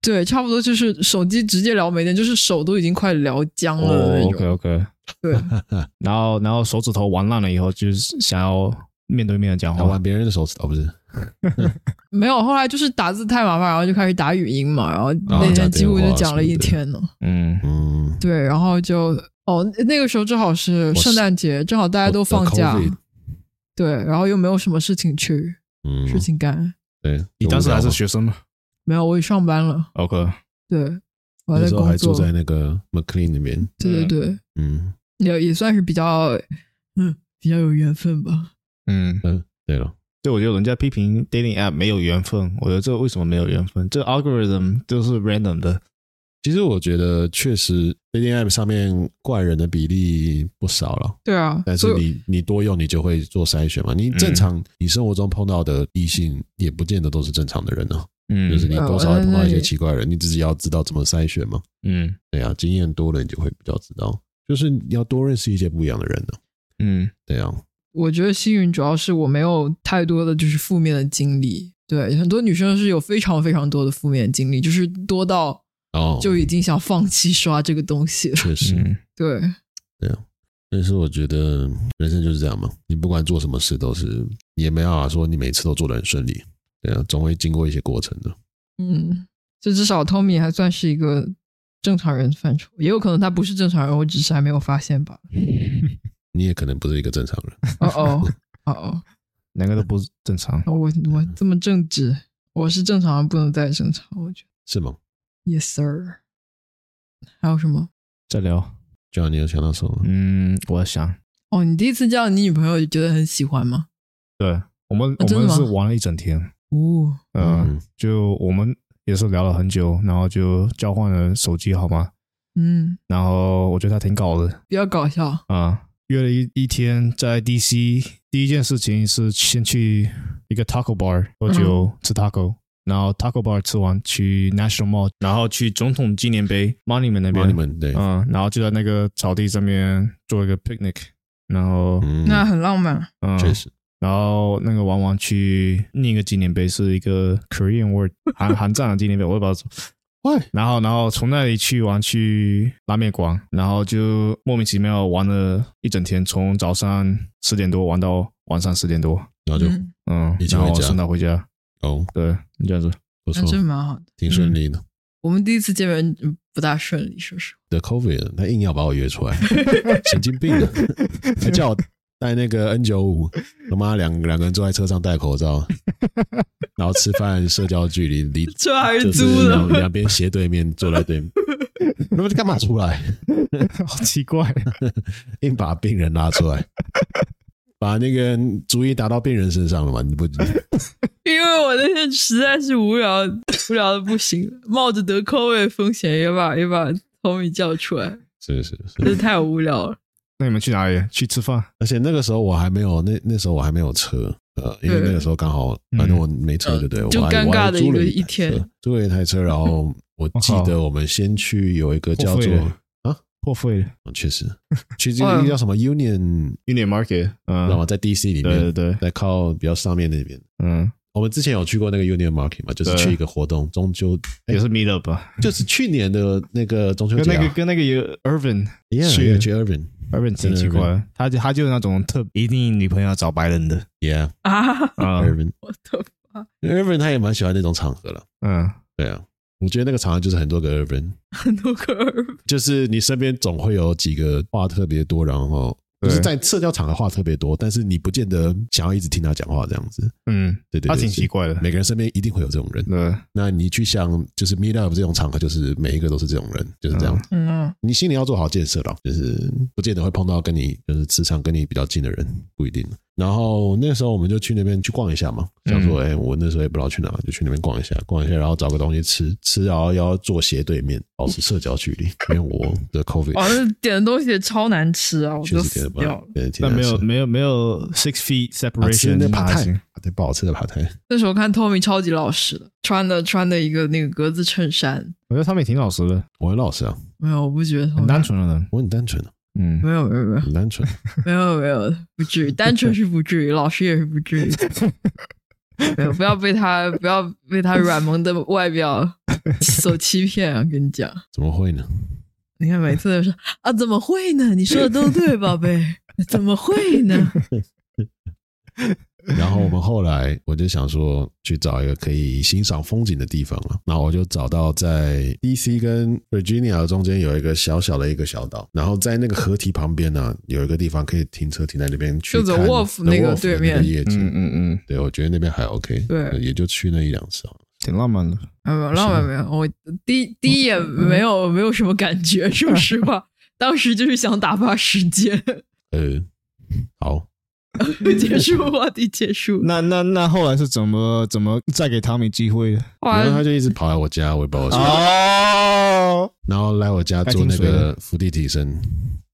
[SPEAKER 3] 对，差不多就是手机直接聊没电，就是手都已经快聊僵了的
[SPEAKER 2] 哦
[SPEAKER 3] 那
[SPEAKER 2] ，OK
[SPEAKER 3] 种。
[SPEAKER 2] OK，
[SPEAKER 3] 对，
[SPEAKER 2] 然后然后手指头玩烂了以后，就是想要面对面的讲
[SPEAKER 1] 他
[SPEAKER 2] 话
[SPEAKER 1] 玩，别人的手指哦，不是，
[SPEAKER 3] 没有，后来就是打字太麻烦，然后就开始打语音嘛，然后那
[SPEAKER 1] 哦打
[SPEAKER 3] 天
[SPEAKER 1] 电
[SPEAKER 3] 几乎
[SPEAKER 1] 话
[SPEAKER 3] 就
[SPEAKER 1] 什
[SPEAKER 3] 讲了
[SPEAKER 1] 么
[SPEAKER 3] 一
[SPEAKER 1] 的
[SPEAKER 3] 天呢。
[SPEAKER 2] 嗯
[SPEAKER 1] 嗯，
[SPEAKER 3] 对，然后就哦，那个时候正好是
[SPEAKER 1] 我
[SPEAKER 3] 圣
[SPEAKER 1] 是
[SPEAKER 3] 诞节，正好大家都
[SPEAKER 1] 我
[SPEAKER 3] 放假，
[SPEAKER 1] COVID
[SPEAKER 3] 对，然后又没有什么事情去
[SPEAKER 1] 嗯，
[SPEAKER 3] 事情干，
[SPEAKER 1] 对，
[SPEAKER 2] 你当时还是
[SPEAKER 1] 学
[SPEAKER 2] 学生吗
[SPEAKER 3] 没有，我也上班了，
[SPEAKER 2] ？OK，
[SPEAKER 3] 对，我
[SPEAKER 1] 那
[SPEAKER 3] 在
[SPEAKER 1] 时候
[SPEAKER 3] 工
[SPEAKER 1] 还住
[SPEAKER 3] 作，
[SPEAKER 1] 在那个 McLean 里面，
[SPEAKER 3] 对对对，
[SPEAKER 1] 嗯
[SPEAKER 3] 也也算是比较嗯比较有缘分吧。
[SPEAKER 2] 嗯，
[SPEAKER 1] 嗯，对了，
[SPEAKER 2] 对，我觉得人家批评 dating app 没有缘分，我觉得这为什么没有缘分？这 algorithm 都是 random 的，
[SPEAKER 1] 其实我觉得确实 dating app 上面怪人的比例不少了。
[SPEAKER 3] 对啊，
[SPEAKER 1] 但
[SPEAKER 3] 所
[SPEAKER 1] 是
[SPEAKER 3] 以
[SPEAKER 1] 你你多用，你就会做筛选嘛。你
[SPEAKER 2] 嗯
[SPEAKER 1] 正常，你生活中碰到的异性也不见得都是正常的人哦，
[SPEAKER 2] 嗯，
[SPEAKER 1] [LAUGHS] 就是你
[SPEAKER 3] 嗯
[SPEAKER 1] 多少会碰到一
[SPEAKER 3] 呃
[SPEAKER 1] 些奇怪的人，你自己要知道怎么筛选嘛。
[SPEAKER 2] 嗯
[SPEAKER 1] 对啊，经验多了，你就会比较知道，就是你要多认识一些不一样的人呢、
[SPEAKER 2] 嗯
[SPEAKER 1] 对啊，
[SPEAKER 3] 我觉得幸运主要是我没有太多的就是负面的经历。对，很多女生是有非常非常多的负面经历，就是多到
[SPEAKER 1] 哦，
[SPEAKER 3] 就已经想放弃刷这个东西了。 [LAUGHS]
[SPEAKER 1] 确实，啊
[SPEAKER 2] 嗯
[SPEAKER 3] 对，
[SPEAKER 1] 但是我觉得人生就是这样嘛，你不管做什么事都是，你也没办法说你每次都做得很顺利，对啊，总会经过一些过程的。
[SPEAKER 3] 嗯，就至少 Tommy 还算是一个正常人范畴，也有可能他不是正常人，我只是还没有发现
[SPEAKER 1] [LAUGHS]
[SPEAKER 3] 吧。
[SPEAKER 1] 你也可能不是一个正常人，
[SPEAKER 3] 哦哦哦哦，
[SPEAKER 2] 两个都不正常。
[SPEAKER 3] 那我我这么正直，我是正常人不能再正常，我觉
[SPEAKER 1] 是吗？
[SPEAKER 3] 得 Yes sir。还有什么？
[SPEAKER 2] 再聊，
[SPEAKER 1] 这样你有想到什么？
[SPEAKER 2] 嗯，我想，
[SPEAKER 3] 哦，你第一次叫你女朋友觉得很喜欢吗？
[SPEAKER 2] 对我们、
[SPEAKER 3] 啊
[SPEAKER 2] 我
[SPEAKER 3] 真的
[SPEAKER 2] 们
[SPEAKER 3] 吗
[SPEAKER 2] 是玩了一整天，
[SPEAKER 3] 哦，
[SPEAKER 2] 呃，
[SPEAKER 1] 嗯
[SPEAKER 2] 就我们也是聊了很久，然后就交换了手机号码，
[SPEAKER 3] 嗯，
[SPEAKER 2] 然后我觉得他挺搞的
[SPEAKER 3] 比较搞笑。
[SPEAKER 2] 啊、约了一一天在 DC，第一件事情是先去一个 taco bar 喝酒、
[SPEAKER 1] 嗯
[SPEAKER 2] 吃 taco。然后 Taco Bar 吃完去 National Mall，然后去总统纪念碑 Monument 那边
[SPEAKER 1] 帮你们对，
[SPEAKER 2] 嗯，然后就在那个草地上面做一个 picnic，然后
[SPEAKER 1] 嗯，
[SPEAKER 3] 那很浪漫，
[SPEAKER 2] 嗯，
[SPEAKER 1] 确实，
[SPEAKER 2] 然后那个王王去另一个纪念碑是一个 Korean War 韩韩战的纪念碑，我也不知道怎么。
[SPEAKER 1] 喂，
[SPEAKER 2] 然后，然后从那里去玩去拉面馆，然后就莫名其妙玩了一整天，从早上十点多玩到晚上十点多，
[SPEAKER 1] 然后就
[SPEAKER 3] 嗯
[SPEAKER 2] 嗯
[SPEAKER 1] 一，起
[SPEAKER 2] 然
[SPEAKER 1] 回家
[SPEAKER 2] 后送他回家，
[SPEAKER 1] 哦，
[SPEAKER 2] 对，这样子，
[SPEAKER 1] 不
[SPEAKER 3] 那嗯
[SPEAKER 1] 错，
[SPEAKER 3] 真蛮好的。
[SPEAKER 1] 挺顺利的。
[SPEAKER 3] 我们第一次见面嗯不大顺利，说实话。
[SPEAKER 1] The COVID，他硬要把我约出来，神经病
[SPEAKER 3] [LAUGHS]
[SPEAKER 1] 啊！还叫我戴那个 N 九五，他妈两两个人坐在车上戴口罩，然后吃饭社交距离离
[SPEAKER 3] 这还
[SPEAKER 1] [LAUGHS] 就是
[SPEAKER 3] 租
[SPEAKER 1] 是两
[SPEAKER 3] 的，
[SPEAKER 1] 两边斜对面坐在对面，那么干嘛出来？
[SPEAKER 2] [LAUGHS] 好奇怪，
[SPEAKER 1] 硬把病人拉出来， [LAUGHS] 把那个主意打到病人身上了嘛？
[SPEAKER 3] [LAUGHS]
[SPEAKER 1] 你不
[SPEAKER 3] 因为我那天实在是无聊，无聊的不行了，冒着得 COVID 的风险也把也把 Tommy 叫出来，
[SPEAKER 1] 是是
[SPEAKER 3] 真
[SPEAKER 1] 是，
[SPEAKER 3] 是太无聊了。
[SPEAKER 2] 那你们去哪里？去吃饭？
[SPEAKER 1] 而且那个时候我还没有那那时候我还没有车。呃，因为那个时候刚好，
[SPEAKER 2] 嗯呃
[SPEAKER 1] 反正我没车，对不对？
[SPEAKER 3] 就
[SPEAKER 1] 我还
[SPEAKER 3] 尴尬的一个
[SPEAKER 1] 我还租了一
[SPEAKER 3] 一
[SPEAKER 1] 台
[SPEAKER 3] 天
[SPEAKER 1] 车，租了一台车，然后
[SPEAKER 2] [LAUGHS]
[SPEAKER 1] 我记得我们先去有一个叫
[SPEAKER 2] 破
[SPEAKER 1] 做
[SPEAKER 2] 费哦了哦
[SPEAKER 1] 啊，
[SPEAKER 2] 破费了
[SPEAKER 1] 哦确
[SPEAKER 2] [LAUGHS]
[SPEAKER 1] 实，去这个叫什么 Union，
[SPEAKER 2] ，Union Market，
[SPEAKER 1] 知道
[SPEAKER 2] 嗯
[SPEAKER 1] 吗？，在 DC 里
[SPEAKER 2] 对对
[SPEAKER 1] 面，
[SPEAKER 2] 对，
[SPEAKER 1] 在靠比较上面那边，
[SPEAKER 2] 嗯，
[SPEAKER 1] 我们之前有去过那个 Union Market 嘛，就是
[SPEAKER 2] 对
[SPEAKER 1] 去一个活动，中秋
[SPEAKER 2] 也是 Meet Up 吧，
[SPEAKER 1] 就是去年的那个中秋
[SPEAKER 2] 跟
[SPEAKER 1] 节、
[SPEAKER 2] 那
[SPEAKER 1] 哎啊
[SPEAKER 2] 个，跟那个有 Irvin
[SPEAKER 1] 一样
[SPEAKER 2] 去
[SPEAKER 1] H Urban，
[SPEAKER 2] 白人挺奇怪，他就他就是那种特一定女朋友要找白人的
[SPEAKER 1] Yeah
[SPEAKER 3] 啊！
[SPEAKER 2] 啊，
[SPEAKER 1] Urban
[SPEAKER 3] 我的
[SPEAKER 1] Urban 他也蛮喜欢那种场合了，
[SPEAKER 2] 嗯
[SPEAKER 1] 对啊，我觉得那个场合就是很多个 Urban，
[SPEAKER 3] 很多个耳
[SPEAKER 1] 就是你身边总会有几个话特别多，然后
[SPEAKER 2] 对
[SPEAKER 1] 就是在社交场合话特别多，但是你不见得想要一直听他讲话这样子，
[SPEAKER 2] 嗯，
[SPEAKER 1] 对对对，
[SPEAKER 2] 他挺奇怪的，
[SPEAKER 1] 每个人身边一定会有这种人，
[SPEAKER 2] 对，
[SPEAKER 1] 那你去想，就是 Meet Up 这种场合，就是每一个都是这种人，就是这样。
[SPEAKER 3] 嗯、啊，
[SPEAKER 1] 你心里要做好建设了，就是不见得会碰到跟你就是磁场跟你比较近的人，不一定。然后那时候我们就去那边去逛一下嘛，想说，
[SPEAKER 3] 嗯
[SPEAKER 1] 哎、我那时候也不知道去哪，就去那边逛一下，逛一下，然后找个东西吃，吃，然后要坐斜对面，保持社交距
[SPEAKER 3] [LAUGHS]
[SPEAKER 1] 离，因为我的 COVID
[SPEAKER 3] 哇，那点的东西也超难吃啊，我
[SPEAKER 1] 确
[SPEAKER 3] 哦都
[SPEAKER 1] 实点
[SPEAKER 3] 死
[SPEAKER 1] 的不
[SPEAKER 3] 掉
[SPEAKER 1] 好
[SPEAKER 3] 了。，
[SPEAKER 1] 对，挺
[SPEAKER 2] 但
[SPEAKER 1] 难
[SPEAKER 2] 没有
[SPEAKER 1] 吃。
[SPEAKER 2] 没有没有 six feet
[SPEAKER 1] 啊吃
[SPEAKER 2] separation
[SPEAKER 1] 那爬
[SPEAKER 2] 还
[SPEAKER 1] 泰
[SPEAKER 2] 行，
[SPEAKER 1] 对，不好吃的爬泰，
[SPEAKER 3] 那时候看 Tommy 超级老实的，穿的穿的一个那个格子衬衫，
[SPEAKER 2] 我觉得他们也挺老实的，
[SPEAKER 1] 我很老实啊，
[SPEAKER 3] 没有，我不觉得
[SPEAKER 2] 很
[SPEAKER 3] Tommy
[SPEAKER 2] 单纯的人。
[SPEAKER 1] 我很单纯啊，
[SPEAKER 2] 嗯，
[SPEAKER 3] 没有没有没有
[SPEAKER 1] 很单
[SPEAKER 3] [LAUGHS]
[SPEAKER 1] 纯。
[SPEAKER 3] 没有没有，不至于，单纯是不至于，老师也是不至于。没有，不要被他不要被他软萌的外表所欺骗啊！跟你讲，
[SPEAKER 1] 怎么会呢？
[SPEAKER 3] 你看每次都说啊，怎么会呢？你说的都对，宝贝，怎么会呢？
[SPEAKER 1] 然后我们后来我就想说去找一个可以欣赏风景的地方了，那我就找到在 D.C. 跟 Virginia 中间有一个小小的一个小岛，然后在那个河堤旁边呢、有一个地方可以停车停在那边去
[SPEAKER 3] 就 The
[SPEAKER 1] 看
[SPEAKER 3] Wolf
[SPEAKER 1] The
[SPEAKER 3] 那
[SPEAKER 1] Wolf
[SPEAKER 3] 个
[SPEAKER 1] 的
[SPEAKER 3] 对
[SPEAKER 1] 那个
[SPEAKER 3] 面
[SPEAKER 1] 夜
[SPEAKER 2] 嗯
[SPEAKER 1] 景。
[SPEAKER 2] 嗯嗯，
[SPEAKER 1] 对，我觉得那边还 OK，
[SPEAKER 3] 对
[SPEAKER 1] 也就去那一两次啊。
[SPEAKER 2] 挺浪漫的。
[SPEAKER 3] 没有，浪漫没有，啊我第一第一眼没有没有什么感觉，说实话，当时就是想打发时间， [LAUGHS]
[SPEAKER 1] 呃，好，
[SPEAKER 3] 结束话题结束。
[SPEAKER 2] 那那那后来是怎么怎么再给汤米机会的？
[SPEAKER 3] 哇
[SPEAKER 1] 然后，他就一直跑来我家，我也不知道为什么，
[SPEAKER 2] 哦，
[SPEAKER 1] 然后来我家
[SPEAKER 2] 该
[SPEAKER 1] 做
[SPEAKER 2] 听
[SPEAKER 1] 那
[SPEAKER 2] 谁
[SPEAKER 1] 个伏地挺身，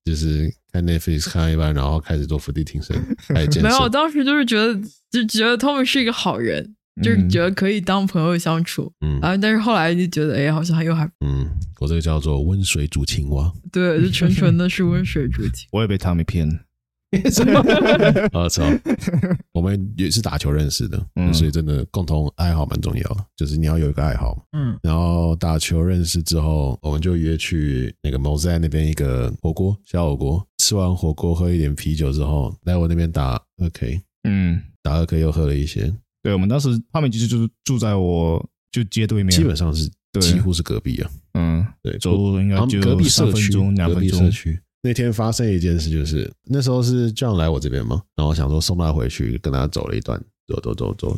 [SPEAKER 1] 就是看 Netflix 看到一半，然后开始做伏地挺身，
[SPEAKER 3] [LAUGHS]
[SPEAKER 1] 开始健
[SPEAKER 3] 没
[SPEAKER 1] 身
[SPEAKER 3] 有，。当时就是觉得就觉得 Tommy 是一个好人，
[SPEAKER 2] 嗯
[SPEAKER 3] 就是觉得可以当朋友相处。
[SPEAKER 1] 嗯
[SPEAKER 3] 啊，但是后来就觉得，哎，好像又还
[SPEAKER 1] 嗯，我这个叫做温水煮青
[SPEAKER 2] [LAUGHS]
[SPEAKER 1] 蛙，
[SPEAKER 3] 对，就纯纯的是温水煮青
[SPEAKER 2] 我也被汤米骗了。
[SPEAKER 1] 啊操！我们也是打球认识的，
[SPEAKER 2] 嗯
[SPEAKER 1] 所以真的共同爱好蛮重要的，就是你要有一个爱好。
[SPEAKER 3] 嗯，
[SPEAKER 1] 然后打球认识之后，我们就约去那个某在那边一个火锅小火锅，吃完火锅喝一点啤酒之后，来我那边打二 K，
[SPEAKER 2] 嗯，
[SPEAKER 1] 打二 K 又喝了一些，
[SPEAKER 2] 对，我们当时他们其实就是住在我就街对面，
[SPEAKER 1] 基本上是
[SPEAKER 2] 对
[SPEAKER 1] 几乎是隔壁啊，
[SPEAKER 2] 嗯，
[SPEAKER 1] 对，
[SPEAKER 2] 走路应该
[SPEAKER 1] 然后
[SPEAKER 2] 就
[SPEAKER 1] 隔壁
[SPEAKER 2] 三
[SPEAKER 1] 社
[SPEAKER 2] 分
[SPEAKER 1] 区，
[SPEAKER 2] 钟两
[SPEAKER 1] 隔
[SPEAKER 2] 分
[SPEAKER 1] 壁
[SPEAKER 2] 钟
[SPEAKER 1] 社。区。那天发生一件事，就是那时候是 John 来我这边嘛，然后想说送他回去，跟他走了一段，走走走走，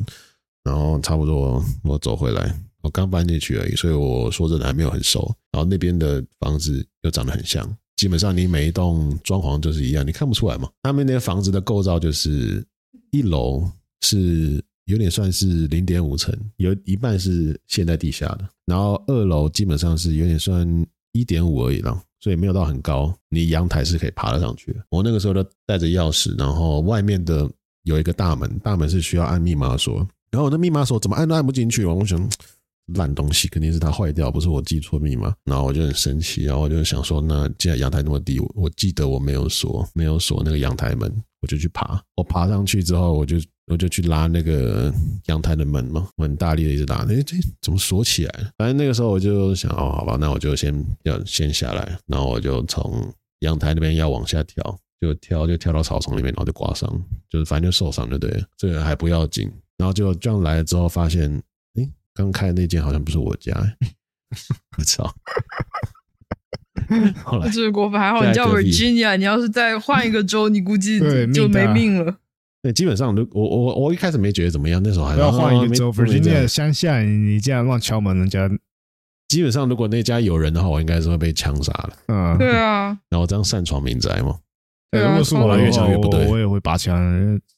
[SPEAKER 1] 然后差不多我走回来，我刚搬进去而已，所以我说真的还没有很熟。然后那边的房子又长得很像，基本上你每一栋装潢就是一样，你看不出来嘛。他们那些房子的构造就是一楼是有点算是零点五层，有一半是陷在地下的，然后二楼基本上是有点算一点五而已啦，所以没有到很高，你阳台是可以爬得上去的。我那个时候就带着钥匙，然后外面的有一个大门，大门是需要按密码锁，然后我的密码锁怎么按都按不进去，我想。烂东西肯定是它坏掉，不是我记错密码。然后我就很生气，然后我就想说，那既然阳台那么低，我我记得我没有锁，没有锁那个阳台门，我就去爬。我爬上去之后，我就我就去拉那个阳台的门嘛，我很大力的一直拉，哎，这怎么锁起来了？反正那个时候我就想，哦，好吧，那我就先要先下来，然后我就从阳台那边要往下跳，就跳就跳到草丛里面，然后就刮伤，就是反正就受伤就对了，这个还不要紧。然后就这样来了之后，发现，诶，刚开的那间好像不是我家、 [LAUGHS] 诶我操！ [LAUGHS] 后来
[SPEAKER 3] 这果粉还好，
[SPEAKER 1] 在
[SPEAKER 3] 你叫
[SPEAKER 1] 隔壁
[SPEAKER 3] Virginia，你要是再换一个州，你估计
[SPEAKER 2] 对
[SPEAKER 3] 就
[SPEAKER 2] 命
[SPEAKER 3] 没
[SPEAKER 2] 大 [LAUGHS]
[SPEAKER 3] 命了。
[SPEAKER 1] 对，基本上都我我我一开始没觉得怎么样，那时候还
[SPEAKER 2] 不要换一个州
[SPEAKER 1] 啊没没这样
[SPEAKER 2] Virginia 乡下，你这样乱敲门，人家
[SPEAKER 1] 基本上如果那家有人的话，我应该是会被枪杀的。
[SPEAKER 2] 嗯，
[SPEAKER 3] 对啊，
[SPEAKER 1] 然后这样擅闯民宅嘛，
[SPEAKER 3] 对啊
[SPEAKER 2] 如果是我的
[SPEAKER 1] 越想越不对
[SPEAKER 2] 话哦我我也会拔枪，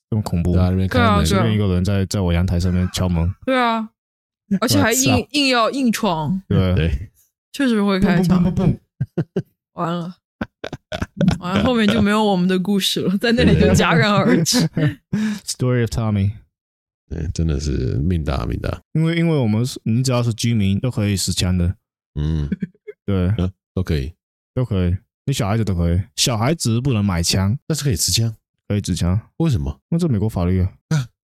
[SPEAKER 2] 这么恐怖
[SPEAKER 1] 在。那边开
[SPEAKER 3] 对啊
[SPEAKER 1] 门，
[SPEAKER 3] 对
[SPEAKER 2] 随
[SPEAKER 3] 啊
[SPEAKER 2] 便一个人在在我阳台上面敲门，
[SPEAKER 3] 对啊，而且还硬硬要硬闯，
[SPEAKER 2] 对，
[SPEAKER 1] 对，
[SPEAKER 3] 确实会开
[SPEAKER 2] 砰砰
[SPEAKER 3] 枪。
[SPEAKER 2] 砰砰
[SPEAKER 3] 完了，完了，后面就没有我们的故事了，在那里就戛然而止。
[SPEAKER 2] 砰，Story of Tommy。
[SPEAKER 1] 对，真的是命大命大，
[SPEAKER 2] 因为因为我们是你只要是居民都可以持枪的，
[SPEAKER 1] 嗯，
[SPEAKER 2] 对，
[SPEAKER 1] 啊都可以，
[SPEAKER 2] 都可以，你小孩子都可以，小孩子不能买枪，
[SPEAKER 1] 但是可以持枪，
[SPEAKER 2] 可以持枪，
[SPEAKER 1] 为什么？
[SPEAKER 2] 那这美国法律啊。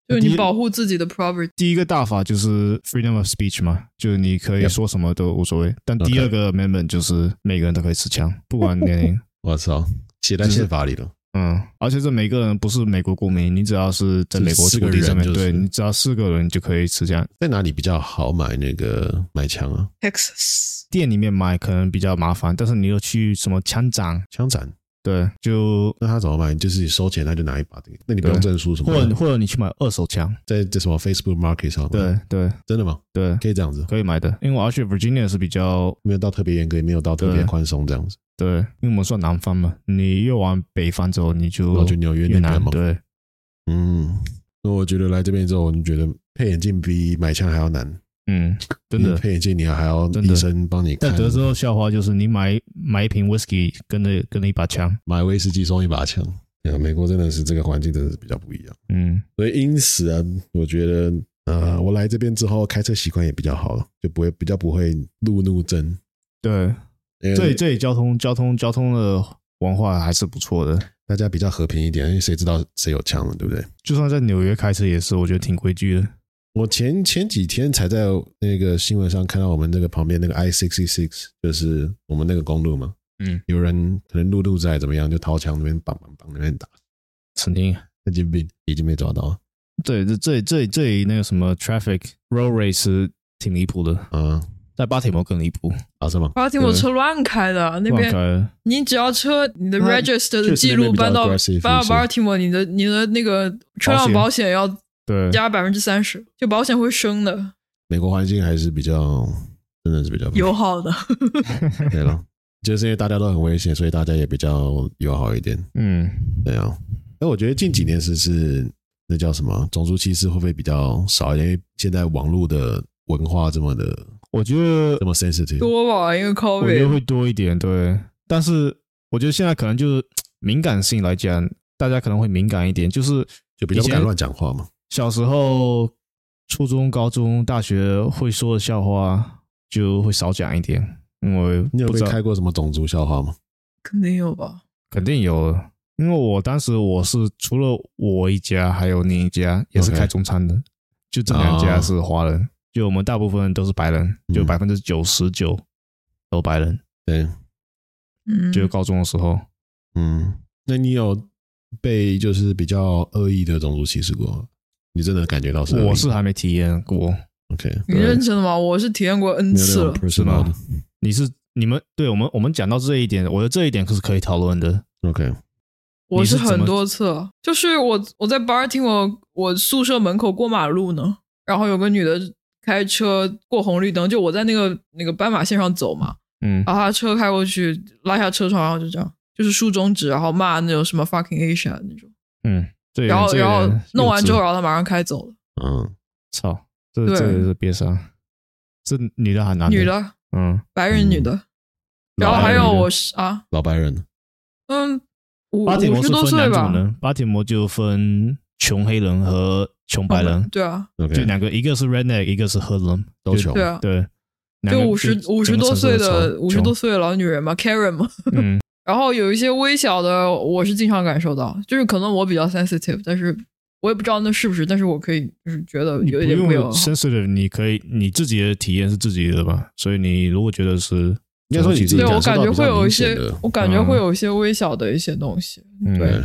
[SPEAKER 3] 就是你保护自己的 property，
[SPEAKER 2] 第一个大法就是 freedom of speech 嘛，就是你可以
[SPEAKER 1] Yep.
[SPEAKER 2] 说什么都无所谓。但
[SPEAKER 1] OK
[SPEAKER 2] 第二个 amendment 就是每个人都可以持枪，不管年龄。
[SPEAKER 1] 我操，写在
[SPEAKER 2] 就是
[SPEAKER 1] 宪法里了，
[SPEAKER 2] 嗯，而且这每个人不是美国公民，你只要是在美国
[SPEAKER 1] 是
[SPEAKER 2] 土地上面，
[SPEAKER 1] 四个人就是
[SPEAKER 2] 对你只要四个人就可以持枪。
[SPEAKER 1] 在哪里比较好买那个买枪啊？
[SPEAKER 3] Texas。
[SPEAKER 2] 店里面买可能比较麻烦，但是你又去什么枪展，
[SPEAKER 1] 枪展？
[SPEAKER 2] 对，就
[SPEAKER 1] 那他怎么卖？就是收钱他就拿一把这个，那你不用
[SPEAKER 2] 对
[SPEAKER 1] 证书什么
[SPEAKER 2] 或者
[SPEAKER 1] 的，
[SPEAKER 2] 或者你去买二手枪，
[SPEAKER 1] 在在什么 Facebook Market 上买？
[SPEAKER 2] 对对
[SPEAKER 1] 真的吗？
[SPEAKER 2] 对，
[SPEAKER 1] 可以这样子，
[SPEAKER 2] 可以买的。因为我而且 Virginia 是比较
[SPEAKER 1] 没有到特别严格，也没有到特别
[SPEAKER 2] 对
[SPEAKER 1] 宽松这样子。
[SPEAKER 2] 对，因为我们算南方嘛，你越往北方走，你就
[SPEAKER 1] 然后就纽约那
[SPEAKER 2] 越
[SPEAKER 1] 边
[SPEAKER 2] 南
[SPEAKER 1] 嘛，
[SPEAKER 2] 对，
[SPEAKER 1] 嗯，那我觉得来这边之后，你觉得配眼镜比买枪还要难，
[SPEAKER 2] 嗯，真的嗯
[SPEAKER 1] 因为。配眼镜你还要
[SPEAKER 2] 真的
[SPEAKER 1] 医生帮你
[SPEAKER 2] 在
[SPEAKER 1] 看，
[SPEAKER 2] 德州的笑话就是，你买买一瓶 whisky，跟着跟着一把枪。
[SPEAKER 1] 买威士忌送一把枪。对啊，美国真的是这个环境真的是比较不一样，
[SPEAKER 2] 嗯
[SPEAKER 1] 所以因此啊，我觉得呃，我来这边之后开车习惯也比较好了，就不会比较不会路怒症。，
[SPEAKER 2] 对，
[SPEAKER 1] 因为
[SPEAKER 2] 这里这里交通交通交通的文化还是不错的。
[SPEAKER 1] 大家比较和平一点，因为谁知道谁有枪了，对不对？
[SPEAKER 2] 就算在纽约开车也是，我觉得挺规矩的。
[SPEAKER 1] 我前前几天才在那个新闻上看到我们那个旁边那个 I sixty six，就是我们那个公路嘛，
[SPEAKER 2] 嗯，
[SPEAKER 1] 有人可能路怒在怎么样，就掏枪那边梆梆梆那边打，
[SPEAKER 2] 曾经
[SPEAKER 1] 神经病已经被抓到了
[SPEAKER 2] 对这这这这里那个什么 traffic road race 挺离谱的，
[SPEAKER 1] 啊
[SPEAKER 2] 在巴铁摩更离谱，
[SPEAKER 1] 啊什么？
[SPEAKER 3] 巴提摩车乱开的，那
[SPEAKER 2] 乱
[SPEAKER 3] 边
[SPEAKER 2] 开了。
[SPEAKER 3] 你只要车你的
[SPEAKER 1] 那
[SPEAKER 3] register 的
[SPEAKER 1] 确实
[SPEAKER 3] 记
[SPEAKER 1] 那
[SPEAKER 3] 录
[SPEAKER 1] 边比较
[SPEAKER 3] 搬到
[SPEAKER 1] aggressive，
[SPEAKER 3] 搬到
[SPEAKER 1] 是
[SPEAKER 3] b a l t i m 你的你的那个车
[SPEAKER 2] 保
[SPEAKER 3] 辆
[SPEAKER 2] 险
[SPEAKER 3] 保险要
[SPEAKER 2] 对，
[SPEAKER 3] 加百分之三十，就保险会升的，
[SPEAKER 1] 美国环境还是比较真的是比较
[SPEAKER 3] 友好的。
[SPEAKER 1] 对了，就是因为大家都很危险，所以大家也比较友好一点，
[SPEAKER 2] 嗯，
[SPEAKER 1] 对啊。那我觉得近几年是是那叫什么种族歧视会不会比较少一点？因为现在网络的文化这么的
[SPEAKER 2] 我觉得
[SPEAKER 1] 这么 sensitive，
[SPEAKER 3] 多吧，因为
[SPEAKER 2] 我觉得
[SPEAKER 3] COVID
[SPEAKER 2] 会多一点，对。但是我觉得现在可能就是敏感性来讲，大家可能会敏感一点，就是
[SPEAKER 1] 就比较
[SPEAKER 2] 以
[SPEAKER 1] 不
[SPEAKER 2] 前
[SPEAKER 1] 敢乱讲话嘛。
[SPEAKER 2] 小时候、初中、高中、大学会说的笑话就会少讲一点，因为
[SPEAKER 1] 你有
[SPEAKER 2] 不
[SPEAKER 1] 被
[SPEAKER 2] 知道
[SPEAKER 1] 开过什么种族笑话吗？
[SPEAKER 3] 肯定有吧？
[SPEAKER 2] 肯定有，因为我当时我是除了我一家，还有另一家也是
[SPEAKER 1] OK
[SPEAKER 2] 开中餐的就这两家
[SPEAKER 1] 哦
[SPEAKER 2] 是华人，就我们大部分人都是白人，就
[SPEAKER 1] 嗯
[SPEAKER 2] 百分之九十九都白人，
[SPEAKER 1] 对，
[SPEAKER 3] 嗯，
[SPEAKER 2] 就高中的时候。
[SPEAKER 1] 嗯，那你有被就是比较恶意的种族歧视过吗？你真的感觉到是恶意？
[SPEAKER 2] 我是还没体验过，
[SPEAKER 1] OK，
[SPEAKER 3] 你认真的吗？我是啊体验过 N
[SPEAKER 1] 没有那
[SPEAKER 3] 次
[SPEAKER 1] 种
[SPEAKER 3] 了。
[SPEAKER 1] personal 的
[SPEAKER 2] 你是你们对我们我们讲到这一点，我觉得这一点可是可以讨论的。
[SPEAKER 1] OK，
[SPEAKER 3] 我
[SPEAKER 2] 你是
[SPEAKER 3] 是
[SPEAKER 2] 怎么
[SPEAKER 3] 很多次了，就是我我在 b a l t i m 我宿舍门口过马路呢，然后有个女的开车过红绿灯，就我在那个那个斑马线上走嘛，
[SPEAKER 2] 嗯
[SPEAKER 3] 然后她车开过去，拉下车窗，然后就这样，就是竖中指，然后骂那种什么 fucking Asia 那种，
[SPEAKER 2] 嗯，这
[SPEAKER 3] 然后
[SPEAKER 2] 这
[SPEAKER 3] 然后
[SPEAKER 2] 人
[SPEAKER 3] 弄完之后，
[SPEAKER 2] 幼稚
[SPEAKER 3] 然后她马上开走了，
[SPEAKER 1] 嗯，
[SPEAKER 2] 操，这
[SPEAKER 3] 对
[SPEAKER 2] 这也是憋伤，是女的还男的？
[SPEAKER 3] 女，的，
[SPEAKER 2] 啊嗯，
[SPEAKER 3] 白人女的，然后还有我是啊，
[SPEAKER 1] 老白人
[SPEAKER 3] 嗯，五
[SPEAKER 2] 巴铁
[SPEAKER 3] 五
[SPEAKER 2] 摩
[SPEAKER 3] 十
[SPEAKER 2] 是
[SPEAKER 3] 多
[SPEAKER 2] 分
[SPEAKER 3] 岁
[SPEAKER 2] 两种
[SPEAKER 3] 吧，
[SPEAKER 2] 人，巴铁摩就分穷黑人和穷白人，
[SPEAKER 3] 对啊，
[SPEAKER 2] 就
[SPEAKER 1] 嗯，OK，
[SPEAKER 2] 两个，一个是 redneck，一个是黑人，
[SPEAKER 1] 都穷
[SPEAKER 3] 对啊，
[SPEAKER 2] 对，两
[SPEAKER 3] 就
[SPEAKER 2] 个
[SPEAKER 3] 五十
[SPEAKER 2] 整
[SPEAKER 3] 五十多岁的
[SPEAKER 2] 整个
[SPEAKER 3] 五十多，
[SPEAKER 2] 城市都
[SPEAKER 3] 岁的老女人嘛，Karen 嘛。
[SPEAKER 2] 穷嗯，
[SPEAKER 3] [LAUGHS] 然后有一些微小的，我是经常感受到，就是可能我比较 sensitive，但是我也不知道那是不是，但是我可以就是觉得
[SPEAKER 2] 你
[SPEAKER 3] 有一点
[SPEAKER 2] 不
[SPEAKER 3] 没有
[SPEAKER 2] 用 sensitive，你可以你自己的体验是自己的吧，所以你如果觉得是，
[SPEAKER 1] 应该说你自己
[SPEAKER 3] 对我
[SPEAKER 1] 感受
[SPEAKER 3] 感
[SPEAKER 1] 到
[SPEAKER 3] 觉
[SPEAKER 1] 比较
[SPEAKER 3] 会有一
[SPEAKER 1] 明显
[SPEAKER 3] 些
[SPEAKER 1] 的，
[SPEAKER 3] 我感觉
[SPEAKER 2] 嗯
[SPEAKER 3] 会有一些微小的一些东西。
[SPEAKER 2] 嗯
[SPEAKER 3] 对，
[SPEAKER 1] 对